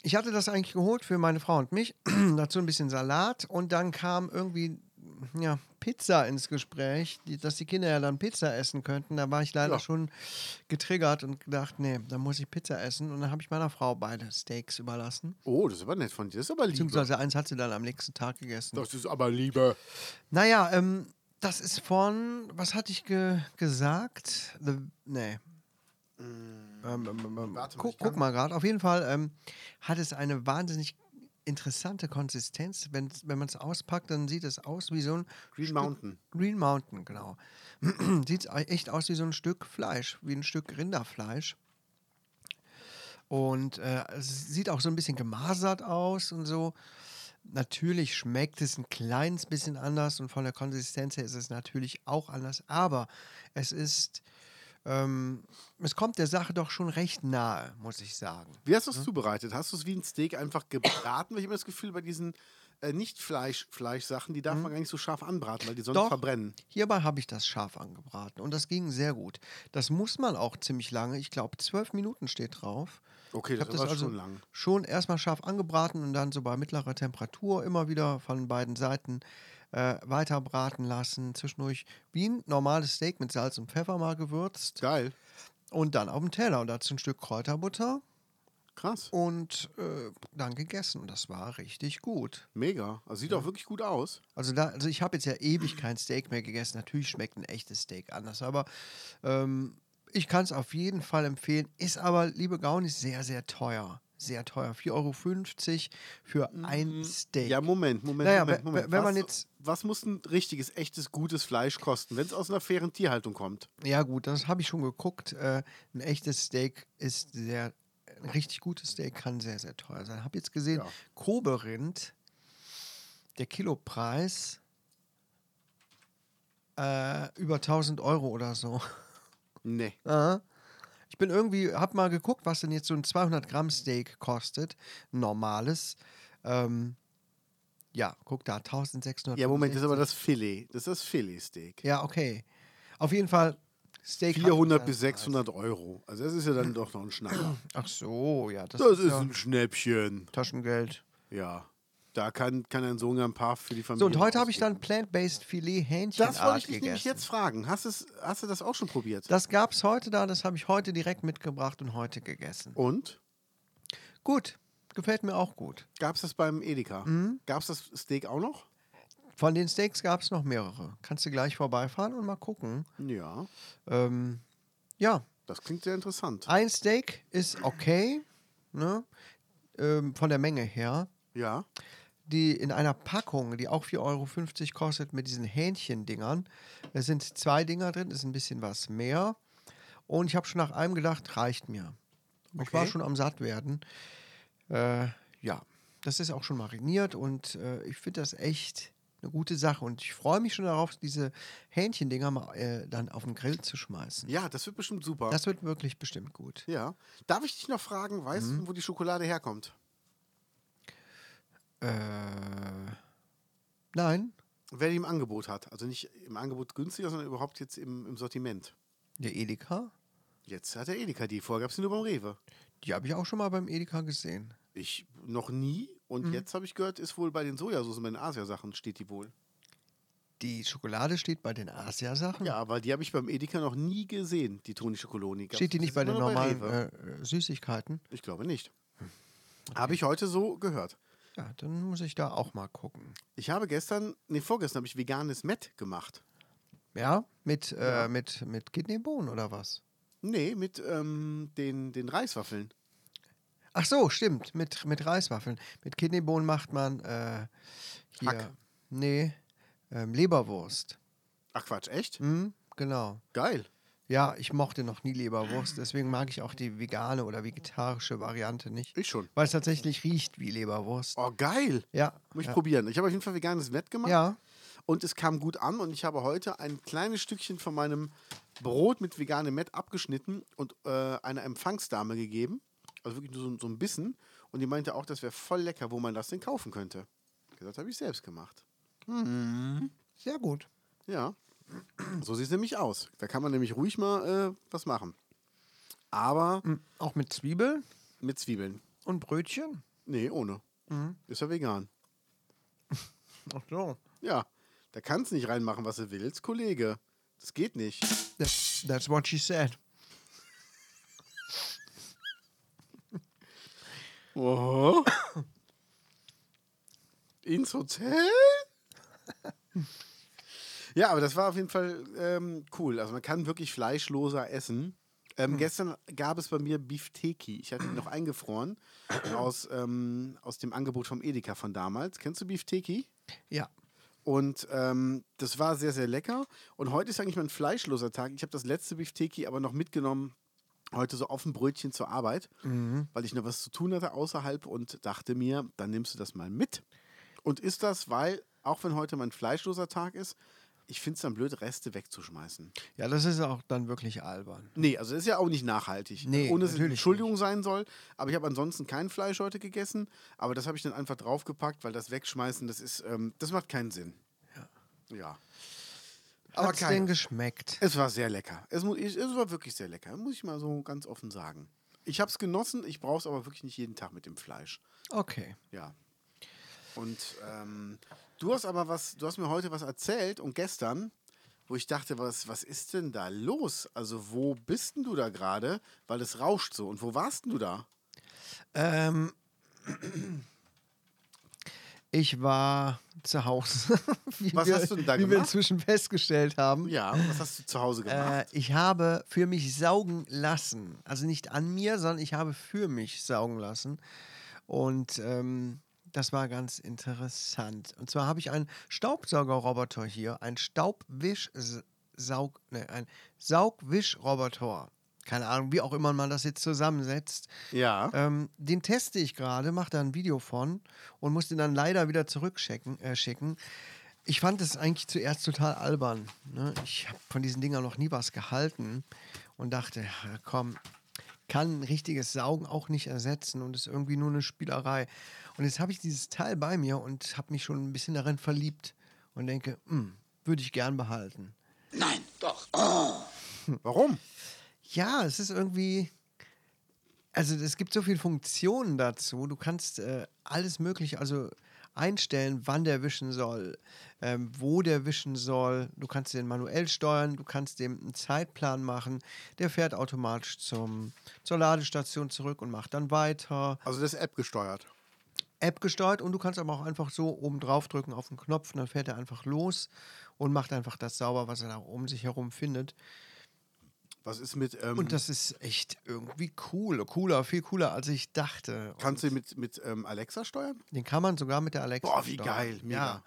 Ich hatte das eigentlich geholt für meine Frau und mich. Dazu ein bisschen Salat und dann kam irgendwie ja, Pizza ins Gespräch, die, dass die Kinder ja dann Pizza essen könnten. Da war ich leider Ja. schon getriggert und gedacht, nee, dann muss ich Pizza essen. Und dann habe ich meiner Frau beide Steaks überlassen. Oh, das ist aber nett von dir. Das ist aber Liebe. Beziehungsweise eins hat sie dann am nächsten Tag gegessen. Das ist aber Liebe. Naja, ähm, das ist von, was hatte ich ge gesagt? The, nee. Ähm, ähm, ähm, ähm, Mm. Warte mal, guck, ich kann- guck mal gerade. Auf jeden Fall ähm, hat es eine wahnsinnig interessante Konsistenz. Wenn's, wenn man es auspackt, dann sieht es aus wie so ein Green Stück- Mountain. Green Mountain, genau. sieht echt aus wie so ein Stück Fleisch, wie ein Stück Rinderfleisch. Und äh, es sieht auch so ein bisschen gemasert aus und so. Natürlich schmeckt es ein kleines bisschen anders und von der Konsistenz her ist es natürlich auch anders, aber es ist, ähm, es kommt der Sache doch schon recht nahe, muss ich sagen. Wie hast du es zubereitet? Hast du es wie ein Steak einfach gebraten? Weil ich habe das Gefühl, bei diesen äh, Nicht-Fleisch-Fleisch-Sachen, die darf man gar nicht so scharf anbraten, weil die sonst Mhm. Doch. verbrennen. Hierbei habe ich das scharf angebraten und das ging sehr gut. Das muss man auch ziemlich lange, ich glaube zwölf Minuten steht drauf. Okay, Ich das habe das ist aber also schon lang. schon erstmal scharf angebraten und dann so bei mittlerer Temperatur immer wieder von beiden Seiten äh, weiter braten lassen. Zwischendurch wie ein normales Steak mit Salz und Pfeffer mal gewürzt. Geil. Und dann auf dem Teller und dazu ein Stück Kräuterbutter Krass. und äh, dann gegessen. Und das war richtig gut. Mega. Also sieht auch wirklich gut aus. Also, da, also ich habe jetzt ja ewig kein Steak mehr gegessen. Natürlich schmeckt ein echtes Steak anders, aber ähm, ich kann es auf jeden Fall empfehlen. Ist aber, liebe Gaunis, sehr, sehr teuer. Sehr teuer. 4,50 Euro für ein Steak. Mhm. Ja, Moment, Moment, Naja, Moment, we- Moment. wenn man was, jetzt- was muss ein richtiges, echtes, gutes Fleisch kosten, wenn es aus einer fairen Tierhaltung kommt? Ja, gut, das habe ich schon geguckt. Äh, ein echtes Steak ist sehr, ein richtig gutes Steak kann sehr, sehr teuer sein. Habe jetzt gesehen, Ja. Koberind, der Kilopreis äh, über 1000 Euro oder so. Nee. Aha. Ich bin irgendwie, hab mal geguckt, was denn jetzt so ein 200 Gramm Steak kostet, ein normales. Ähm, ja, guck da, 1600. Ja, Moment, das ist aber das Filet. Das ist das Filetsteak. Ja, okay. Auf jeden Fall Steak. hat 400 seinen bis Preis. 600 Euro. Also das ist ja dann doch noch ein Schnacker. Ach so, ja, das, Das ist ist ja ein Schnäppchen. Taschengeld. Ja. Da kann, kann ein Sohn ja ein paar für die Familie. So, und heute habe ich ausgeben. dann Plant-Based Filet Hähnchen. Das wollte ich dich nämlich gegessen. jetzt fragen. Hast, es, hast du das auch schon probiert? Das gab es heute da, das habe ich heute direkt mitgebracht und heute gegessen. Und? Gut, gefällt mir auch gut. Gab es das beim Edeka? Gab es das Steak auch noch? Von den Steaks gab es noch mehrere. Kannst du gleich vorbeifahren und mal gucken. Ja. Ähm, ja, Das klingt sehr interessant. ein Steak ist okay, ne? ähm, von der Menge her. Ja. Die in einer Packung, die auch 4,50 Euro kostet, mit diesen Hähnchendingern. Da sind zwei Dinger drin, ist ein bisschen was mehr. Und ich habe schon nach einem gedacht, reicht mir. Und Ich war Okay. schon am Sattwerden. Äh, ja, das ist auch schon mariniert und äh, ich finde das echt eine gute Sache. Und ich freue mich schon darauf, diese Hähnchendinger mal äh, dann auf den Grill zu schmeißen. Ja, das wird bestimmt super. Das wird wirklich bestimmt gut. ja. Darf ich dich noch fragen, weißt du, wo die Schokolade herkommt? Äh, nein, Wer die im Angebot hat. Also nicht im Angebot günstiger, sondern überhaupt jetzt im, im Sortiment. der Edeka. Jetzt hat der Edeka die. Vorher gab es die nur beim Rewe. Die habe ich auch schon mal beim Edeka gesehen. Ich Mhm. noch nie. Und jetzt habe ich gehört, ist wohl bei den Sojasoßen, bei den Asiasachen steht die wohl. Die Schokolade steht bei den Asia-Sachen. Ja, aber die habe ich beim Edeka noch nie gesehen, die tonische Kolonie. Gab's- Steht die nicht bei gibt's den nur noch normalen Rewe? äh, Hm. Süßigkeiten? ich glaube nicht. Habe ich heute so gehört. Ja, dann muss ich da auch mal gucken. Ich habe gestern, nee, vorgestern habe ich veganes Met gemacht. Ja, mit, äh, mit, mit Kidneybohnen oder was? Nee, mit ähm, den, den Reiswaffeln. Ach so, stimmt, mit, mit Reiswaffeln. Mit Kidneybohnen macht man äh, hier, Hack. nee, ähm, Leberwurst. Ach Quatsch, echt? Hm, genau. Geil. Ja, ich mochte noch nie Leberwurst, deswegen mag ich auch die vegane oder vegetarische Variante nicht, Ich schon. weil es tatsächlich riecht wie Leberwurst. Oh, geil. Ja, Muss ich ja, probieren. Ich habe auf jeden Fall veganes Met gemacht ja, und es kam gut an und ich habe heute ein kleines Stückchen von meinem Brot mit veganem Met abgeschnitten und äh, einer Empfangsdame gegeben. Also wirklich nur so, so ein bisschen. Und die meinte auch, das wäre voll lecker, wo man das denn kaufen könnte. Gesagt, habe ich selbst gemacht. sehr gut. Ja, so sieht es nämlich aus. Da kann man nämlich ruhig mal äh, was machen. Aber Hm, Auch mit Zwiebeln mit Zwiebeln. und Brötchen. Nee, ohne. Ist ja vegan. Ach so. Ja, da kannst du nicht reinmachen, was du willst, Kollege. Das geht nicht. That, that's what she said. Oho. Ins Hotel? ja, aber das war auf jeden Fall ähm, cool. Also man kann wirklich fleischloser essen. Ähm, Gestern gab es bei mir Beefteki. Ich hatte ihn noch eingefroren aus, ähm, aus dem Angebot vom Edeka von damals. Kennst du Beefteki? Ja. Und ähm, das war sehr, sehr lecker. Und heute ist eigentlich mein fleischloser Tag. Ich habe das letzte Beefteki aber noch mitgenommen, heute so auf dem Brötchen zur Arbeit, Mhm. weil ich noch was zu tun hatte außerhalb und dachte mir, dann nimmst du das mal mit. Und ist das, weil, auch wenn heute mein fleischloser Tag ist, ich finde es dann blöd, Reste wegzuschmeißen. Ja, das ist auch dann wirklich albern. Nee, also das ist ja auch nicht nachhaltig. ne? Nee, Ohne dass es eine natürlich Entschuldigung sein soll. Aber ich habe ansonsten kein Fleisch heute gegessen. Aber das habe ich dann einfach draufgepackt, weil das Wegschmeißen, das ist, ähm, das macht keinen Sinn. Ja. Aber Hat's keiner. denn geschmeckt? Es war sehr lecker. Es, mu- es es war wirklich sehr lecker, muss ich mal so ganz offen sagen. Ich habe es genossen, ich brauche es aber wirklich nicht jeden Tag mit dem Fleisch. Okay. Ja. Und ähm, du hast aber was, du hast mir heute was erzählt und gestern, wo ich dachte, was, was ist denn da los? Also wo bist denn du da gerade? Weil es rauscht so. Und wo warst denn du da? Ähm, ich war zu Hause, wie, Was wir, hast du denn da wie wir gemacht? inzwischen festgestellt haben. Ja, und was hast du zu Hause Äh, gemacht? ich habe für mich saugen lassen. Also nicht an mir, sondern ich habe für mich saugen lassen. Und ähm, das war ganz interessant. Und zwar habe ich einen Staubsaugerroboter hier, einen Staubwisch Saug, ne, ein Saugwischroboter. Keine Ahnung, wie auch immer man das jetzt zusammensetzt. ja. Ähm, den teste ich gerade, mache da ein Video von und muss den dann leider wieder zurückschicken. Äh, schicken. Ich fand es eigentlich zuerst total albern. Ne? Ich habe von diesen Dingern noch nie was gehalten und dachte, ja, komm, kann ein richtiges Saugen auch nicht ersetzen und ist irgendwie nur eine Spielerei. Und jetzt habe ich dieses Teil bei mir und habe mich schon ein bisschen darin verliebt und denke, hm, würde ich gern behalten. Nein, doch. Warum? Ja, es ist irgendwie. Also es gibt so viele Funktionen dazu. Du kannst äh, alles mögliche, also einstellen, wann der wischen soll, ähm, wo der wischen soll. Du kannst den manuell steuern, du kannst dem einen Zeitplan machen. Der fährt automatisch zum, zur Ladestation zurück und macht dann weiter. Also das ist App gesteuert. App gesteuert und du kannst aber auch einfach so oben drauf drücken auf den Knopf und dann fährt er einfach los und macht einfach das sauber, was er da um sich herum findet. Was ist mit, ähm, Und das ist echt irgendwie cool. Cooler, viel cooler, als ich dachte. Und kannst du mit, mit ähm, Alexa steuern? den kann man sogar mit der Alexa. Boah, wie steuern. geil, mega. Ja.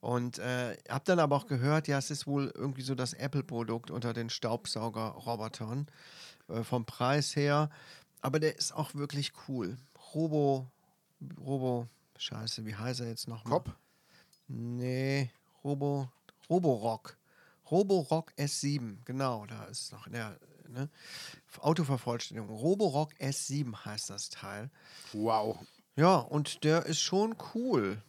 Und äh, habe dann aber auch gehört, ja, es ist wohl irgendwie so das Apple-Produkt unter den Staubsauger-Robotern äh, vom Preis her. Aber der ist auch wirklich cool. Robo, Robo, scheiße, wie heißt er jetzt nochmal? Kopf? Nee, Robo, Roborock. Roborock S7, genau, da ist es noch in der ne? Autovervollständigung. Roborock S7 heißt das Teil. Wow. Ja, und der ist schon cool.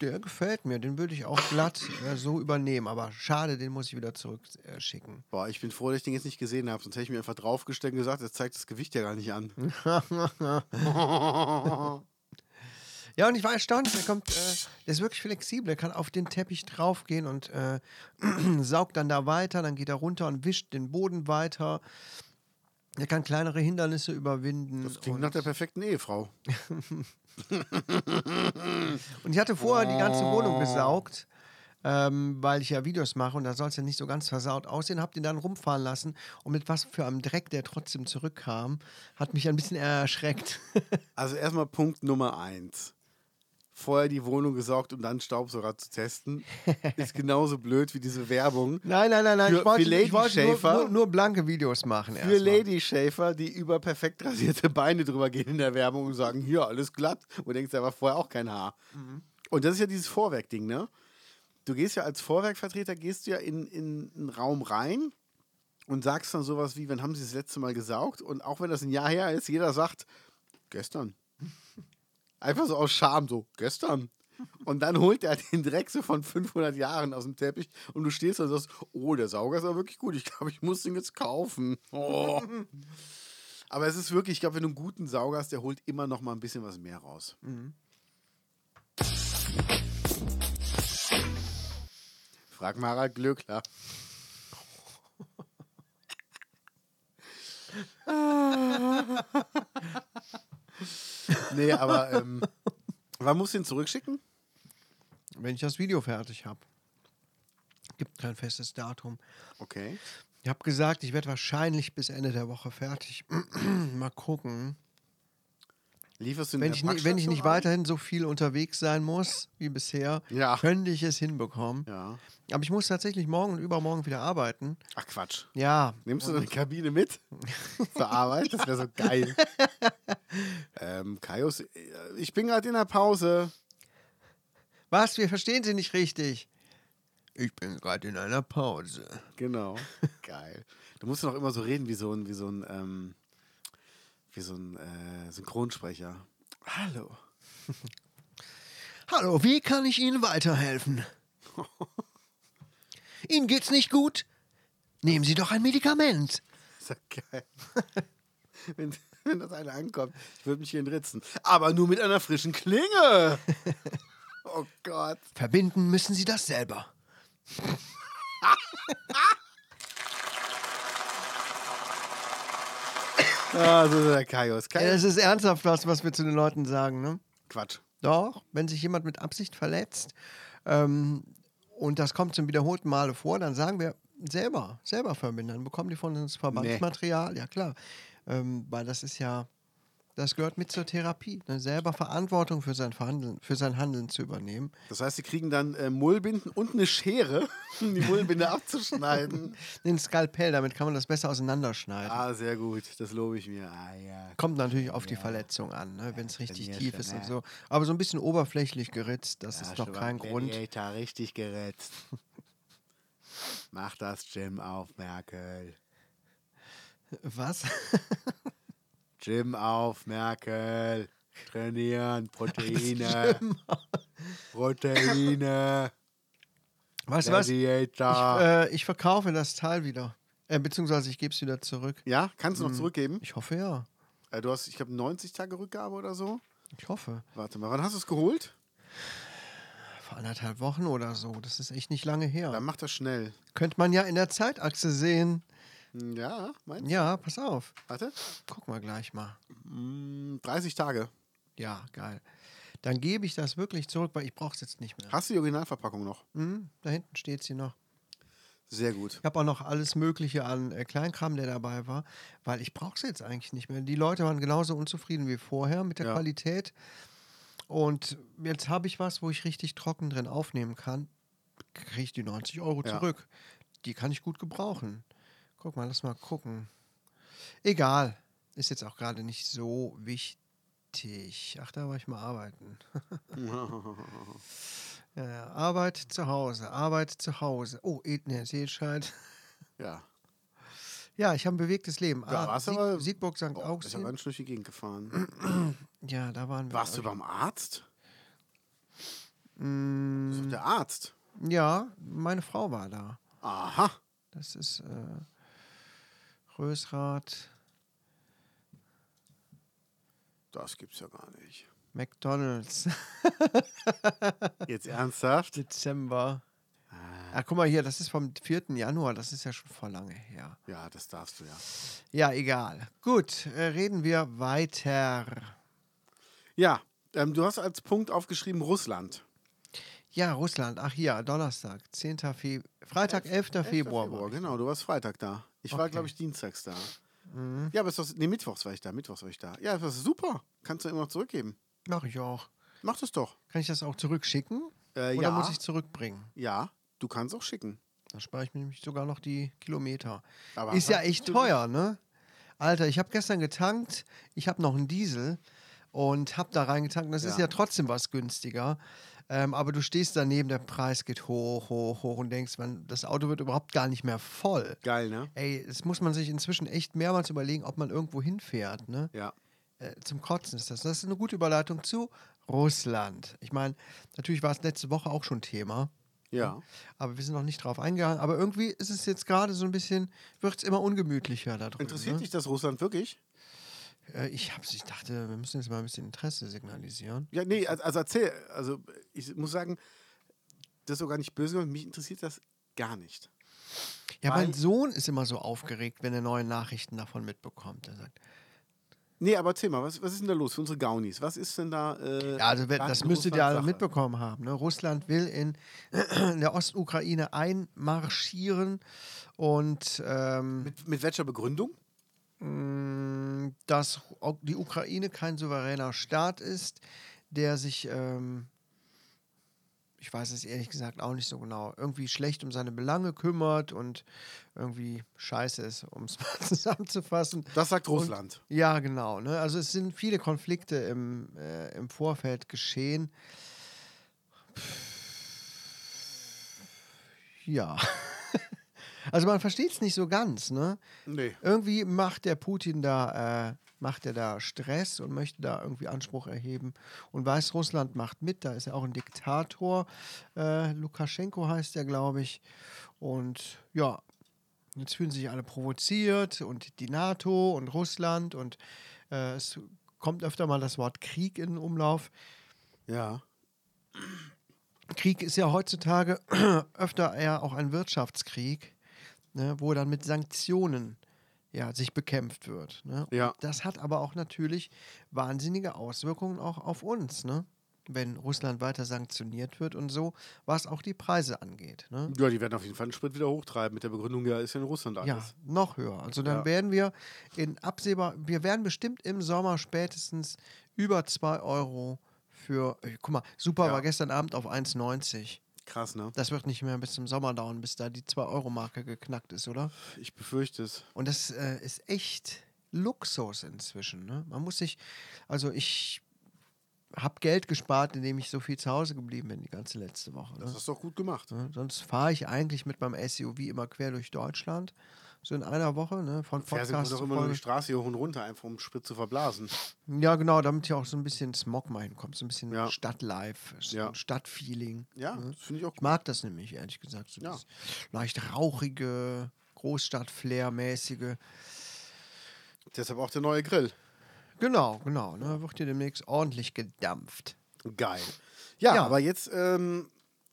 Der gefällt mir, den würde ich auch glatt äh, so übernehmen. Aber schade, den muss ich wieder zurückschicken. Boah, ich bin froh, dass ich den jetzt nicht gesehen habe, sonst hätte ich mir einfach draufgestellt und gesagt, das zeigt das Gewicht ja gar nicht an. Ja, und ich war erstaunt, der kommt, äh, der ist wirklich flexibel, der kann auf den Teppich draufgehen und äh, saugt dann da weiter, dann geht er runter und wischt den Boden weiter. Der kann kleinere Hindernisse überwinden. Das klingt und- nach der perfekten Ehefrau. Und ich hatte vorher die Oh. ganze Wohnung gesaugt, ähm, weil ich ja Videos mache und da soll es ja nicht so ganz versaut aussehen. Hab den dann rumfahren lassen und mit was für einem Dreck, der trotzdem zurückkam, hat mich ein bisschen erschreckt. Also erstmal Punkt Nummer eins. Vorher die Wohnung gesaugt, um dann Staubsauger zu testen. Ist genauso blöd wie diese Werbung nein, nein, nein, nein. Für- ich wollte, für Lady ich wollte nur, Schäfer? nur, nur blanke Videos machen. für erstmal. Lady Schäfer, die über perfekt rasierte Beine drüber gehen in der Werbung und sagen, hier, alles glatt. Und du denkst, da war vorher auch kein Haar. Und das ist ja dieses Vorwerk-Ding, ne? Du gehst ja als Vorwerkvertreter, gehst du ja in, in einen Raum rein und sagst dann sowas wie, wann haben sie das letzte Mal gesaugt? Und auch wenn das ein Jahr her ist, jeder sagt, gestern. Einfach so aus Scham, so, gestern. Und dann holt er den Dreck so von 500 Jahren aus dem Teppich und du stehst da und sagst, oh, der Sauger ist aber wirklich gut, ich glaube, ich muss den jetzt kaufen. Oh. Aber es ist wirklich, ich glaube, wenn du einen guten Sauger hast, der holt immer noch mal ein bisschen was mehr raus. Mhm. Frag mal Harald Glöckler. nee, aber ähm, wann muss den zurückschicken? Wenn ich das Video fertig habe. Gibt kein festes Datum. Okay. Ich habe gesagt, ich werde wahrscheinlich bis Ende der Woche fertig. Mal gucken. Lieferst du in Wenn der ich, ni- wenn ich Packstation nicht ein? weiterhin so viel unterwegs sein muss wie bisher, Ja. könnte ich es hinbekommen. Ja. Aber ich muss tatsächlich morgen und übermorgen wieder arbeiten. Ach Quatsch. Ja, Nimmst du deine Kabine mit zur Arbeit? Das wäre so geil. ähm, Kaius, äh, ich bin gerade in der Pause. was? Wir verstehen Sie nicht richtig. Ich bin gerade in einer Pause. Genau. Geil. Du musst noch immer so reden wie so ein, wie so ein, ähm, wie so ein äh, Synchronsprecher. Hallo. Hallo, wie kann ich Ihnen weiterhelfen? Ihnen geht's nicht gut? Nehmen Sie doch ein Medikament. Ist doch geil. wenn, wenn das einer ankommt, ich würde mich hier ritzen. Aber nur mit einer frischen Klinge. Oh Gott. Verbinden müssen Sie das selber. Ah, so ist der Kaius. Ja, Kaius. Äh, das ist ernsthaft was, was wir zu den Leuten sagen, ne? Quatsch. Doch, wenn sich jemand mit Absicht verletzt ähm, und das kommt zum wiederholten Male vor, dann sagen wir selber, selber vermindern. Bekommen die von uns Verbandsmaterial? Ja, klar. Ähm, weil das ist ja, das gehört mit zur Therapie. Ne? Selber Verantwortung für sein, Verhandeln, für sein Handeln zu übernehmen. Das heißt, sie kriegen dann äh, Mullbinden und eine Schere, um die Mullbinde abzuschneiden. Den Skalpell, damit kann man das besser auseinanderschneiden. Ah, sehr gut. Das lobe ich mir. Ah, ja. Kommt natürlich auf die Verletzung an, ne? wenn es richtig mir tief schon, ist ja. und so. Aber so ein bisschen oberflächlich geritzt, das Da ist hast doch du kein beim Grund. Gladiator richtig geretzt. Mach das Jim auf, Merkel. Was? Jim auf, Merkel. Trainieren, Proteine. Proteine. Weißt du was? Gladiator. Äh, ich verkaufe das Teil wieder. Äh, beziehungsweise ich gebe es wieder zurück. ja, kannst hm. du noch zurückgeben? Ich hoffe ja. Äh, Du hast, ich glaube, 90 Tage Rückgabe oder so. Ich hoffe. Warte mal, wann hast du es geholt? Vor anderthalb Wochen oder so. Das ist echt nicht lange her. Dann mach das schnell. Hm, Könnte man ja in der Zeitachse sehen. Ja, meinst Ja, pass auf. Warte. Guck mal gleich mal. Mm, 30 Tage. Ja, geil. Dann gebe ich das wirklich zurück, weil ich brauche es jetzt nicht mehr. Hast du die Originalverpackung noch? Hm, da hinten steht sie noch. Sehr gut. Ich habe auch noch alles Mögliche an äh, Kleinkram, der dabei war, weil ich brauche es jetzt eigentlich nicht mehr. Die Leute waren genauso unzufrieden wie vorher mit der Ja. Qualität. Und jetzt habe ich was, wo ich richtig trocken drin aufnehmen kann. Kriege ich die 90 Euro Ja. zurück. Die kann ich gut gebrauchen. Guck mal, lass mal gucken. Egal. Ist jetzt auch gerade nicht so wichtig. Ach, da war ich mal arbeiten. ja, ja. Arbeit zu Hause, Arbeit zu Hause. Oh, Edner, Seelscheid. Ja. Ja, ich habe ein bewegtes Leben. Ah, Da warst du aber- Siegburg, St. Oh, ist ja Augustin. ganz schön durch die Gegend gefahren. Ja, da waren wir. Warst du glaub beim Arzt? ich. Mm, Das ist doch der Arzt. ja, meine Frau war da. Aha. Das ist äh, Rösrath. Das gibt's ja gar nicht. McDonalds. Jetzt ernsthaft? Dezember. Ah. Ach, guck mal hier, das ist vom 4. Januar, das ist ja schon vor lange her. Ja, das darfst du ja. Ja, egal. Gut, äh, reden wir weiter. Ja, ähm, du hast als Punkt aufgeschrieben Russland. Ja, Russland. Ach hier, Donnerstag, 10. Fe Freitag, 11. Februar. war Februar, ich. genau, du warst Freitag da. Ich war, Okay. Mhm. glaube ich, dienstags da. Ja, aber ist das, nee, mittwochs war ich da, mittwochs war ich da. Ja, das ist super. Kannst du immer noch zurückgeben. Mach ich auch. Mach das doch. Kann ich das auch zurückschicken? Äh, Oder ja. muss ich zurückbringen? Ja, du kannst auch schicken. Da spare ich mir nämlich sogar noch die Kilometer. Aber ist ja hast echt du- teuer, ne? Alter, ich habe gestern getankt, ich habe noch einen Diesel und habe da reingetankt. Das ist Ja. ja trotzdem was günstiger. Ähm, aber du stehst daneben, der Preis geht hoch, hoch, hoch und denkst, man, das Auto wird überhaupt gar nicht mehr voll. Geil, ne? Ey, das muss man sich inzwischen echt mehrmals überlegen, ob man irgendwo hinfährt, ne? Ja. äh, zum Kotzen ist das. Das ist eine gute Überleitung zu Russland. Ich meine, natürlich war es letzte Woche auch schon Thema, Ja. aber wir sind noch nicht drauf eingegangen. Aber irgendwie ist es jetzt gerade so ein bisschen, wird es immer ungemütlicher da drüben. Interessiert ne? dich das Russland wirklich? Äh, ich, hab's, ich dachte, wir müssen jetzt mal ein bisschen Interesse signalisieren. Ja, nee, also, also erzähl. Also ich muss sagen, das ist sogar nicht böse, gemeint, mich interessiert das gar nicht. Ja, Weil- mein Sohn ist immer so aufgeregt, wenn er neue Nachrichten davon mitbekommt. Er sagt, Nee, aber erzähl mal, was, was ist denn da los für unsere Gaunis? Was ist denn da? Äh, ja, also wer, gerade das in müsstet ihr Russland alle Sache? mitbekommen haben. Ne? Russland will in, in der Ostukraine einmarschieren und ähm, Mit, mit welcher Begründung? Mm, dass Uk- die Ukraine kein souveräner Staat ist, der sich, ähm, ich weiß es ehrlich gesagt auch nicht so genau, irgendwie schlecht um seine Belange kümmert und irgendwie scheiße ist, um es mal zusammenzufassen. Das sagt Russland. Ja, genau. Ne? Also es sind viele Konflikte im, äh, im Vorfeld geschehen. Ja. Also man versteht es nicht so ganz, ne? nee. irgendwie macht der Putin da, äh, macht er da Stress und möchte da irgendwie Anspruch erheben. Und Weißrussland macht mit, da ist ja auch ein Diktator. Äh, Lukaschenko heißt er, glaube ich. Und ja, jetzt fühlen sich alle provoziert und die NATO und Russland und äh, es kommt öfter mal das Wort Krieg in den Umlauf. Ja. Krieg ist ja heutzutage öfter eher auch ein Wirtschaftskrieg, ne, wo dann mit Sanktionen ja, sich bekämpft wird. Ne? Und Ja. Das hat aber auch natürlich wahnsinnige Auswirkungen auch auf uns, ne? wenn Russland weiter sanktioniert wird und so, was auch die Preise angeht. Ne? Ja, die werden auf jeden Fall den Sprit wieder hochtreiben mit der Begründung, ja, ist ja in Russland alles. Ja, noch höher. Also dann Ja. werden wir in absehbar, wir werden bestimmt im Sommer spätestens über 2 Euro für, äh, guck mal, Super Ja. war gestern Abend auf 1,90. Krass, ne? Das wird nicht mehr bis zum Sommer dauern, bis da die 2-Euro-Marke geknackt ist, oder? Ich befürchte es. Und das äh, ist echt Luxus inzwischen. Ne? Man muss sich, also ich habe Geld gespart, indem ich so viel zu Hause geblieben bin die ganze letzte Woche. Das Ne? hast du doch gut gemacht. Ne? Sonst fahre ich eigentlich mit meinem SUV immer quer durch Deutschland. So in einer Woche, ne? von Fährst du Podcast doch zu immer nur die Podcast. Straße hier hoch und runter, einfach um Sprit zu verblasen. Ja, genau, damit hier auch so ein bisschen Smog mal hinkommt, so ein bisschen Ja. Stadtlife, so Ja. ein Stadtfeeling. Ja, ne? das finde ich auch Ich gut. mag das nämlich, ehrlich gesagt. So Ja. das leicht rauchige, Großstadt-Flair-mäßige. Deshalb auch der neue Grill. Genau, genau. Ne? Wird hier demnächst ordentlich gedampft. Geil. Ja, Ja. aber jetzt, ähm,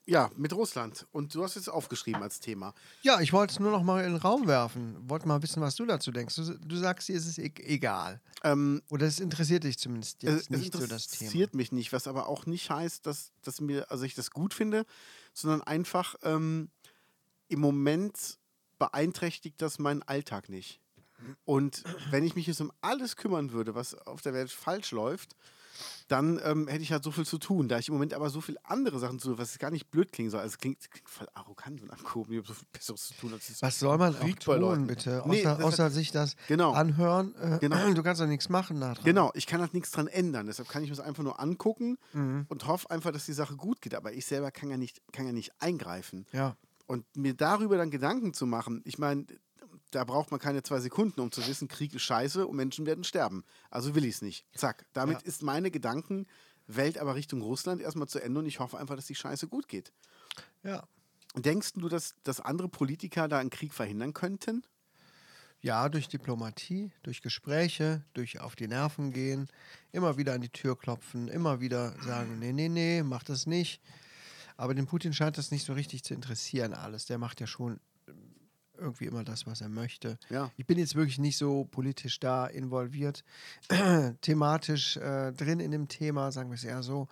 ja, mit Russland. Und du hast es aufgeschrieben als Thema. Ja, ich wollte es nur noch mal in den Raum werfen. Wollte mal wissen, was du dazu denkst. Du, du sagst, dir ist es e egal. Ähm, Oder es interessiert dich zumindest es, jetzt es nicht so interessiert das Thema. mich nicht, was aber auch nicht heißt, dass, dass mir, also ich das gut finde, sondern einfach ähm, im Moment beeinträchtigt das meinen Alltag nicht. Und wenn ich mich jetzt um alles kümmern würde, was auf der Welt falsch läuft, dann ähm, hätte ich halt so viel zu tun. Da ich im Moment aber so viele andere Sachen zu tun, was gar nicht blöd klingen soll. Also es klingt, klingt voll arrogant und abgehoben. Ich habe so viel Besseres zu tun, als jetzt Was soll man auch Krieg bei tun, Leuten. bitte? Außer, Nee, das- außer sich das Genau. anhören. Äh, Genau. Du kannst doch nichts machen da dran. Genau, ich kann halt nichts dran ändern. Deshalb kann ich mir das einfach nur angucken Mhm. und hoffe einfach, dass die Sache gut geht. Aber ich selber kann ja nicht, kann ja nicht eingreifen. Ja. Und mir darüber dann Gedanken zu machen, ich meine, da braucht man keine zwei Sekunden, um zu wissen, Krieg ist scheiße und Menschen werden sterben. Also will ich es nicht. Zack. Damit Ja. ist meine Gedankenwelt aber Richtung Russland erstmal zu Ende und ich hoffe einfach, dass die Scheiße gut geht. Ja. Denkst du, dass, dass andere Politiker da einen Krieg verhindern könnten? Ja, durch Diplomatie, durch Gespräche, durch auf die Nerven gehen, immer wieder an die Tür klopfen, immer wieder sagen, nee, nee, nee, mach das nicht. Aber den Putin scheint das nicht so richtig zu interessieren alles. Der macht ja schon ähm, irgendwie immer das, was er möchte. Ja. Ich bin jetzt wirklich nicht so politisch da involviert, thematisch äh, drin in dem Thema, sagen wir es eher so.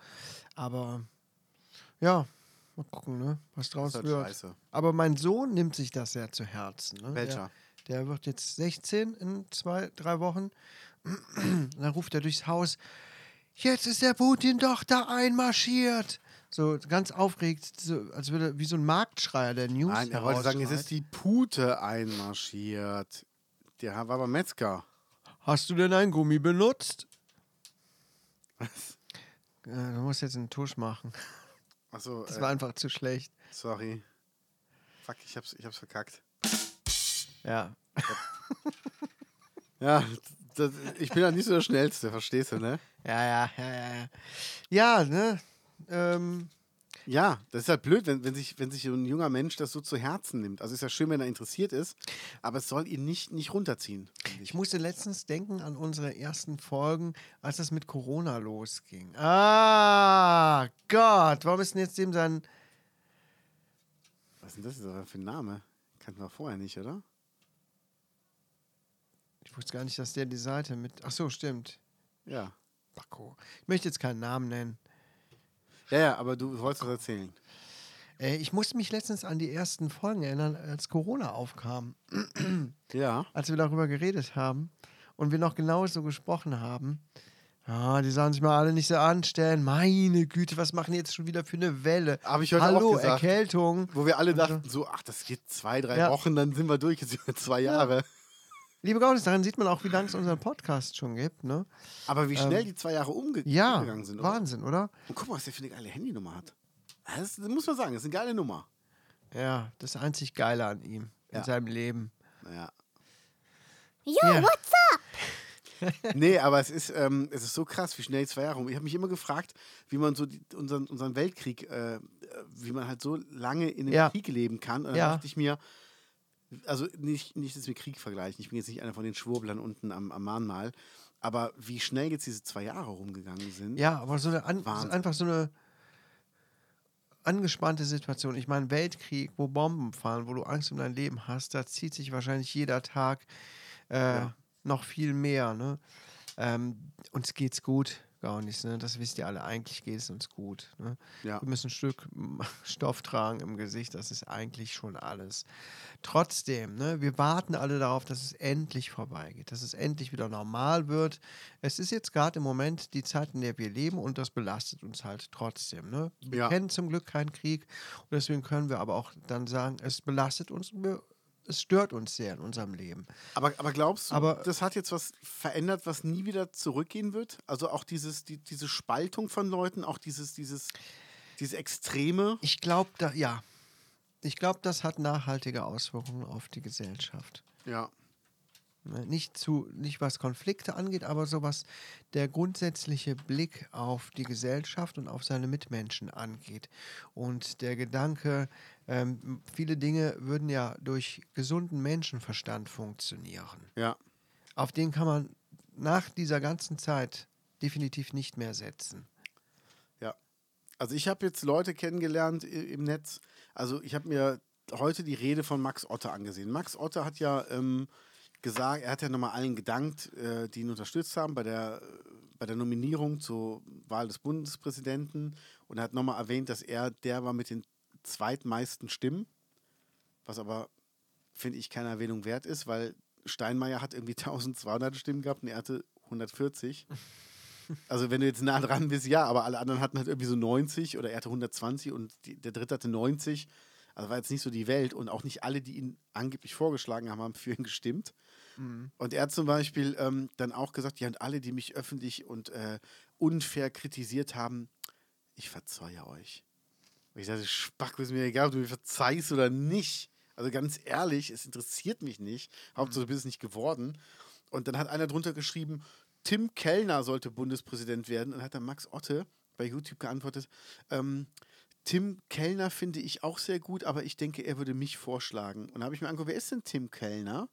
Aber ja, mal gucken, ne, was draus halt wird. scheiße. Aber mein Sohn nimmt sich das sehr zu Herzen. Ne? Welcher? Der, der wird jetzt 16 in zwei, drei Wochen. Und dann ruft er durchs Haus: Jetzt ist der Putin doch da einmarschiert. So ganz aufgeregt, so, als würde wie so ein Marktschreier der News. Nein, er wollte sagen, jetzt herausschreit. ist die Pute einmarschiert. Der war aber Metzger. Hast du denn ein Gummi benutzt? Äh, du musst jetzt einen Tusch machen. Achso, Das war äh, einfach zu schlecht. sorry. Fuck, ich hab's, ich hab's verkackt. Ja. Ja, das, ich bin ja nicht so der Schnellste, verstehst du, ne? Ja, ja, ja, ja. Ja, ja ne? Ähm, Ja, das ist halt blöd, wenn, wenn, sich, wenn sich so ein junger Mensch das so zu Herzen nimmt. Also ist ja schön, wenn er interessiert ist, aber es soll ihn nicht, nicht runterziehen. finde Ich musste letztens denken an unsere ersten Folgen, als es mit Corona losging. Ah, Gott, warum ist denn jetzt dem sein. Was ist denn das jetzt für ein Name? Kannten wir vorher nicht, oder? Ich wusste gar nicht, dass der die Seite mit. Ach so, stimmt. Ja. Backo. Ich möchte jetzt keinen Namen nennen. Ja, ja, aber du wolltest was erzählen. Äh, ich musste mich letztens an die ersten Folgen erinnern, als Corona aufkam, Ja. als wir darüber geredet haben und wir noch genauso gesprochen haben. Ah, die sollen sich mal alle nicht so anstellen. Meine Güte, was machen die jetzt schon wieder für eine Welle? Hab ich heute Hallo, auch gesagt. Erkältung. Wo wir alle dachten, so, ach, das geht zwei, drei Also- Ja. Wochen, dann sind wir durch, jetzt sind wir zwei Jahre. Liebe Gaunis, daran sieht man auch, wie lange es unseren Podcast schon gibt, ne? Aber wie schnell die zwei Jahre umge Ja, umgegangen sind. Oder? Wahnsinn, oder? Und guck mal, was der für eine geile Handynummer hat. Das, das muss man sagen, das ist eine geile Nummer. Ja, das einzig Geile an ihm in Ja. seinem Leben. Naja. Yo, Ja. what's up? Nee, aber es ist, ähm, es ist so krass, wie schnell die zwei Jahre rum. Ich habe mich immer gefragt, wie man so die, unseren, unseren Weltkrieg, äh, äh, wie man halt so lange in einem Ja. Krieg leben kann. Und dann Ja. dachte ich mir, also nicht, nicht dass wir Krieg vergleichen, ich bin jetzt nicht einer von den Schwurblern unten am, am Mahnmal, aber wie schnell jetzt diese zwei Jahre rumgegangen sind. Ja, aber so eine an, so Wahnsinn. einfach so eine angespannte Situation. Ich meine, Weltkrieg, wo Bomben fallen, wo du Angst um dein Leben hast, da zieht sich wahrscheinlich jeder Tag äh, noch viel mehr. Ne? Ähm, uns geht's gut, Gaunis, ne? das wisst ihr alle. Eigentlich geht es uns gut. Ne? Ja. Wir müssen ein Stück mm, Stoff tragen im Gesicht, das ist eigentlich schon alles. Trotzdem, ne, wir warten alle darauf, dass es endlich vorbeigeht, dass es endlich wieder normal wird. Es ist jetzt gerade im Moment die Zeit, in der wir leben und das belastet uns halt trotzdem. Ne? Wir Ja. kennen zum Glück keinen Krieg und deswegen können wir aber auch dann sagen, es belastet uns und wir, es stört uns sehr in unserem Leben. Aber, aber glaubst du, Aber- das hat jetzt was verändert, was nie wieder zurückgehen wird? Also auch dieses, die, diese Spaltung von Leuten, auch dieses, dieses, dieses Extreme. Ich glaube, da, ja, ich glaube, das hat nachhaltige Auswirkungen auf die Gesellschaft. Ja. Ne, Nicht, zu, nicht was Konflikte angeht, aber so was der grundsätzliche Blick auf die Gesellschaft und auf seine Mitmenschen angeht. Und der Gedanke, ähm, viele Dinge würden ja durch gesunden Menschenverstand funktionieren. Ja. Auf den kann man nach dieser ganzen Zeit definitiv nicht mehr setzen. Ja. Also ich habe jetzt Leute kennengelernt i- im Netz. Also ich habe mir heute die Rede von Max Otte angesehen. Max Otte hat ja ähm, gesagt, er hat ja nochmal allen gedankt, äh, die ihn unterstützt haben bei der, bei der Nominierung zur Wahl des Bundespräsidenten. Und er hat nochmal erwähnt, dass er der war mit den zweitmeisten Stimmen. Was aber, finde ich, keine Erwähnung wert ist, weil Steinmeier hat irgendwie 1200 Stimmen gehabt und er hatte 140. Also wenn du jetzt nah dran bist, ja, aber alle anderen hatten halt irgendwie so 90 oder er hatte 120 und die, der dritte hatte 90. Also war jetzt nicht so die Welt und auch nicht alle, die ihn angeblich vorgeschlagen haben, haben für ihn gestimmt. Und er hat zum Beispiel ähm, dann auch gesagt, ja, und alle, die mich öffentlich und äh, unfair kritisiert haben, ich verzeihe euch. Und ich dachte, Spack, ist mir egal, ob du mir verzeihst oder nicht. Also ganz ehrlich, es interessiert mich nicht. Hauptsache, du bist es nicht geworden. Und dann hat einer drunter geschrieben, Tim Kellner sollte Bundespräsident werden. Und hat dann Max Otte bei YouTube geantwortet, ähm, Tim Kellner finde ich auch sehr gut, aber ich denke, er würde mich vorschlagen. Und da habe ich mir angeguckt, wer ist denn Tim Kellner?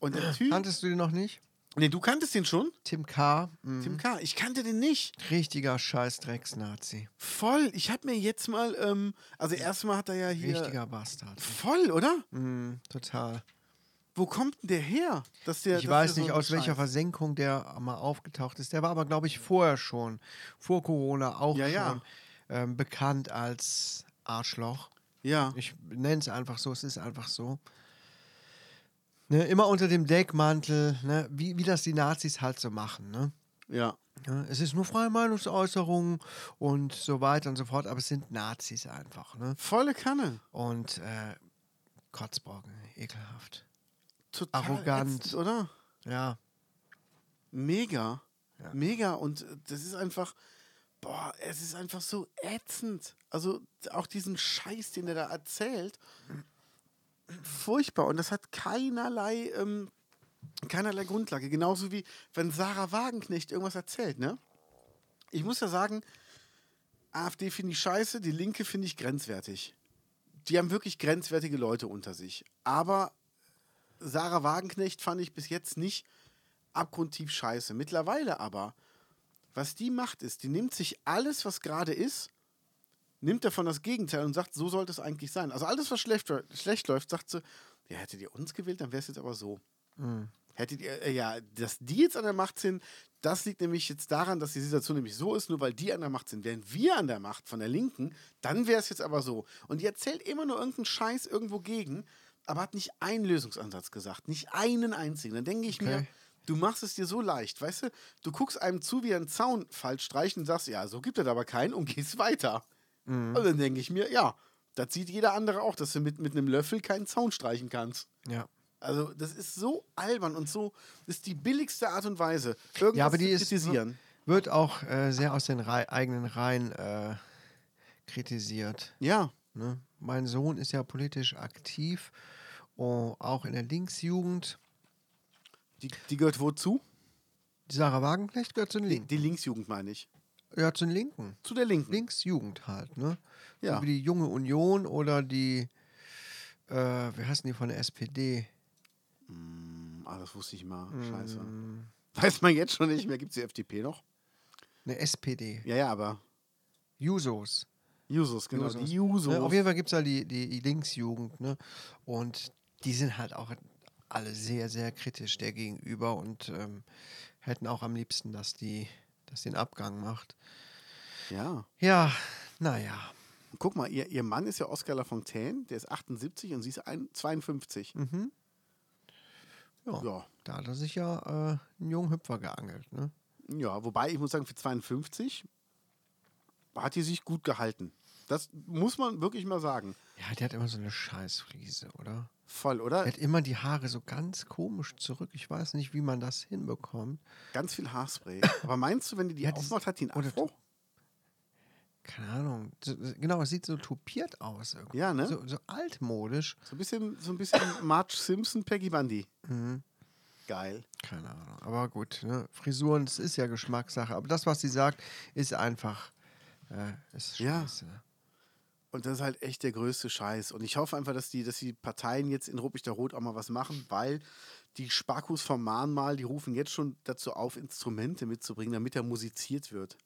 Und der Typ. Kanntest du den noch nicht? nee, du kanntest den schon? Tim K. Mhm. Tim K. Ich kannte den nicht. Richtiger Scheißdrecks-Nazi. Voll. Ich habe mir jetzt mal. Ähm, also, erstmal hat er ja hier. Richtiger Bastard. Voll, oder? Mhm, total. Wo kommt denn der her? Dass der, Ich dass weiß der so nicht, einen aus welcher Scheiß- Versenkung der mal aufgetaucht ist. Der war aber, glaube ich, vorher schon, vor Corona auch Ja, schon ja. Ähm, bekannt als Arschloch. Ja. Ich nenne es einfach so, es ist einfach so. Ne, immer unter dem Deckmantel, ne, wie, wie das die Nazis halt so machen. Ne? Ja. Ja, es ist nur freie Meinungsäußerung und so weiter und so fort, aber es sind Nazis einfach. Ne? Volle Kanne. Und äh, Kotzbrocken, ekelhaft. Total Arrogant. ätzend, oder? Ja, Mega. Ja. Mega. Und äh, das ist einfach, boah, es ist einfach so ätzend. Also auch diesen Scheiß, den er da erzählt. Furchtbar. Und das hat keinerlei, ähm, keinerlei Grundlage. Genauso wie wenn Sarah Wagenknecht irgendwas erzählt, ne? Ich muss ja sagen, AfD finde ich scheiße, die Linke finde ich grenzwertig. Die haben wirklich grenzwertige Leute unter sich. Aber Sarah Wagenknecht fand ich bis jetzt nicht abgrundtief scheiße. Mittlerweile aber, was die macht, ist, die nimmt sich alles, was gerade ist, nimmt davon das Gegenteil und sagt, so sollte es eigentlich sein. Also alles, was schlecht, schlecht läuft, sagt sie, ja, hättet ihr uns gewählt, dann wäre es jetzt aber so. Hättet ihr, äh, ja, dass die jetzt an der Macht sind, das liegt nämlich jetzt daran, dass die Situation nämlich so ist, nur weil die an der Macht sind. Wären wir an der Macht von der Linken, dann wäre es jetzt aber so. Und die erzählt immer nur irgendeinen Scheiß irgendwo gegen, aber hat nicht einen Lösungsansatz gesagt. Nicht einen einzigen. Dann denke ich mir, Okay. du machst es dir so leicht, weißt du? Du guckst einem zu, wie er einen Zaun falsch streicht und sagst, ja, so gibt es aber keinen und gehst weiter. Und dann denke ich mir, ja, das sieht jeder andere auch, dass du mit, mit einem Löffel keinen Zaun streichen kannst. ja. Also, das ist so albern und so, das ist die billigste Art und Weise, irgendwas Ja, aber die zu ist, kritisieren. wird auch äh, sehr aus den Rei eigenen Reihen äh, kritisiert. ja, Ne? Mein Sohn ist ja politisch aktiv, oh, auch in der Linksjugend. die, die gehört wozu? Die Sarah Wagenknecht gehört zu den Die, Linken. die Linksjugend meine ich. Ja, zu den Linken. Zu der Linken. Linksjugend halt, ne? Ja. So wie die Junge Union oder die, äh, wie heißen die von der SPD? Ah, das wusste ich mal. Scheiße. Weiß man jetzt schon nicht mehr, gibt es die FDP noch? Eine SPD. Ja, ja, aber Jusos. Jusos, genau. Jusos. Die Jusos. Ne? Auf jeden Fall gibt es da die, die Linksjugend, ne? Und die sind halt auch alle sehr, sehr kritisch der gegenüber und ähm, hätten auch am liebsten, dass die, dass den Abgang macht. ja. Ja, naja. Und guck mal, ihr, ihr Mann ist ja Oscar Lafontaine, der ist 78 und sie ist ein, 52. Mhm. Ja. Ja. Da hat er sich ja äh, einen jungen Hüpfer geangelt, ne? Ja, wobei ich muss sagen, für 52 hat die sich gut gehalten. Das muss man wirklich mal sagen. Ja, der hat immer so eine Scheißfriese, oder? Voll, oder? Er hat immer die Haare so ganz komisch zurück. Ich weiß nicht, wie man das hinbekommt. Ganz viel Haarspray. Aber meinst du, wenn die die Ja, das- aufmacht, hat die einen oder- Afro? Keine Ahnung. So, so- genau, es sieht so tupiert aus. Irgendwie. Ja, ne? So, so altmodisch. So ein bisschen, so ein bisschen Marge Simpson, Peggy Bundy. Mhm. Geil. Keine Ahnung. Aber gut, ne? Frisuren, das ist ja Geschmackssache. Aber das, was sie sagt, ist einfach. Äh, ist Ja. scheiße. Und das ist halt echt der größte Scheiß. Und ich hoffe einfach, dass die, dass die Parteien jetzt in Ruppichter Rot auch mal was machen, weil die Sparkus vom Mahnmal, die rufen jetzt schon dazu auf, Instrumente mitzubringen, damit er musiziert wird.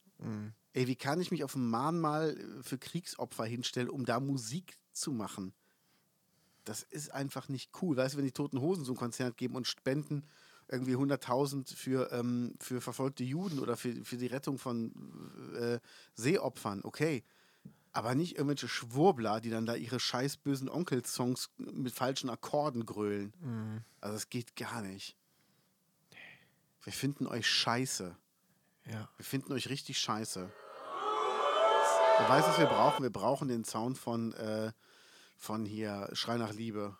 Ey, wie kann ich mich auf ein Mahnmal äh, für Kriegsopfer hinstellen, um da Musik zu machen? Das ist einfach nicht cool. Weißt du, wenn die Toten Hosen so ein Konzert geben und spenden irgendwie 100.000 für, ähm, für verfolgte Juden oder für, für die Rettung von äh, Seeopfern, okay. Aber nicht irgendwelche Schwurbler, die dann da ihre scheiß bösen Onkelsongs mit falschen Akkorden grölen. Mhm. Also das geht gar nicht. Wir finden euch scheiße. Ja. Wir finden euch richtig scheiße. Du weißt, was wir brauchen? Wir brauchen den Sound von, äh, von hier Schrei nach Liebe.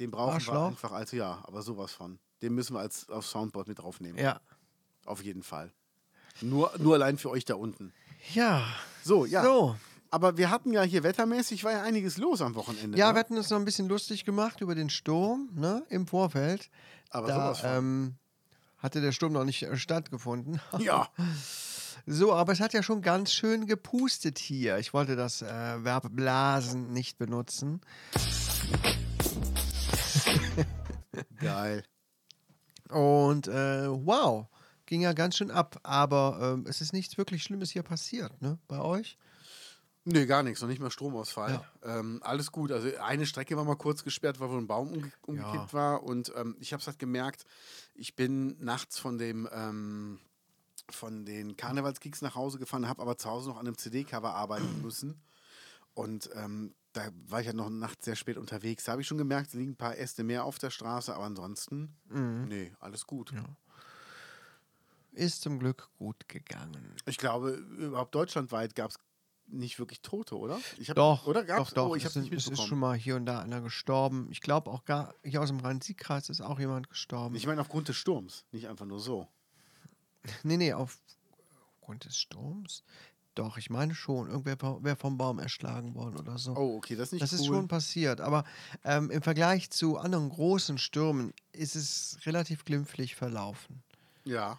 Den brauchen wir Arschloch? einfach als, ja, aber sowas von. Den müssen wir als auf Soundboard mit draufnehmen. Ja. Auf jeden Fall. Nur, nur allein für euch da unten. Ja. So, ja. So. Aber wir hatten ja hier wettermäßig, war ja einiges los am Wochenende. Ja, ne? wir hatten uns noch ein bisschen lustig gemacht über den Sturm ne, im Vorfeld. Aber da sowas von. ähm, hatte der Sturm noch nicht äh, stattgefunden. Ja, So, aber es hat ja schon ganz schön gepustet hier. Ich wollte das äh, Verb blasen nicht benutzen. Geil. Und äh, wow, ging ja ganz schön ab. Aber ähm, es ist nichts wirklich Schlimmes hier passiert, ne? Bei euch? Nee, gar nichts. Noch nicht mal Stromausfall. Ähm, alles gut. Also eine Strecke war mal kurz gesperrt, weil wohl ein Baum umge umgekippt war. Und ähm, ich habe es halt gemerkt, ich bin nachts von dem ähm, von den Karnevalskicks nach Hause gefahren, habe aber zu Hause noch an einem CD-Cover arbeiten müssen. Und ähm, da war ich ja noch nachts sehr spät unterwegs. Da habe ich schon gemerkt, es liegen ein paar Äste mehr auf der Straße, aber ansonsten, nee, alles gut. Ist zum Glück gut gegangen. Ich glaube, überhaupt deutschlandweit gab es nicht wirklich Tote, oder? Ich hab, Doch, oder doch, gab's? doch. Oh, ich es, habe nicht sind- es ist mitbekommen. schon mal hier und da einer gestorben. Ich glaube auch gar, hier aus dem Rhein-Sieg-Kreis ist auch jemand gestorben. Ich meine, aufgrund des Sturms, nicht einfach nur so. Nee, nee, aufgrund des Sturms. Doch, ich meine schon, irgendwer pa- wäre vom Baum erschlagen worden oder so. Oh, okay, das ist nicht das cool. ist schon passiert, aber ähm, im Vergleich zu anderen großen Stürmen ist es relativ glimpflich verlaufen. ja.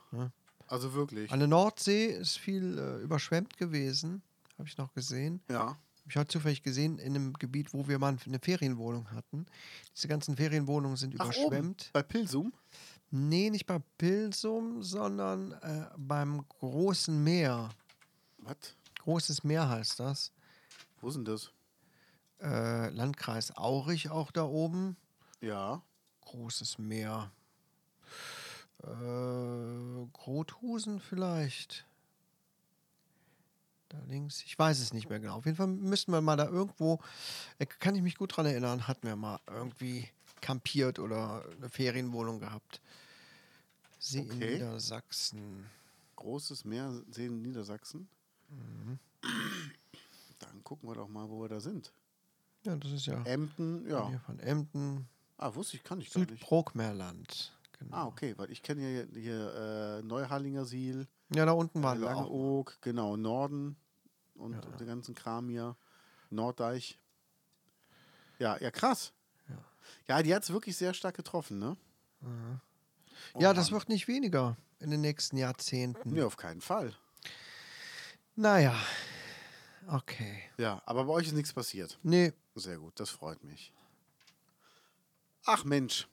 Also wirklich. An der Nordsee ist viel äh, überschwemmt gewesen, habe ich noch gesehen. Ja. Hab Ich habe zufällig gesehen, in einem Gebiet, wo wir mal eine Ferienwohnung hatten. Diese ganzen Ferienwohnungen sind Ach, oben, überschwemmt. bei Pilsum? Nee, nicht bei Pilsum, sondern äh, beim großen Meer. Was? Großes Meer heißt das. Wo sind das? Äh, Landkreis Aurich auch da oben. Ja. Großes Meer. Äh, Grothusen vielleicht. Da links. Ich weiß es nicht mehr genau. Auf jeden Fall müssten wir mal da irgendwo, äh, kann ich mich gut dran erinnern, hatten wir mal irgendwie kampiert oder eine Ferienwohnung gehabt. See in Okay. Niedersachsen. Großes Meer sehen Niedersachsen. Mhm. Dann gucken wir doch mal, wo wir da sind. Ja, das ist ja Emden, hier ja. von Emden. Ah, wusste ich, kann ich gar nicht. Südbrookmerland. Genau. Ah, okay, weil ich kenne hier, hier äh, Neuharlinger Siel, Ja, da unten waren wir auch. Langeoog, genau, Norden und, und den ganzen Kram hier, Norddeich. Ja, ja, krass. Ja, die hat es wirklich sehr stark getroffen, ne? Ja, das wird nicht weniger in den nächsten Jahrzehnten. Nee, auf keinen Fall. Naja, okay. Ja, aber bei euch ist nichts passiert. Nee, Sehr gut, das freut mich. Ach Mensch,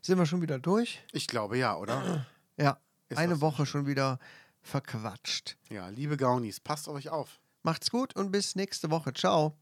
sind wir schon wieder durch? ich glaube ja, oder? Ja, Ist eine was Woche schon wieder verquatscht. Ja, liebe Gaunis, passt auf euch auf. Macht's gut und bis nächste Woche. Ciao.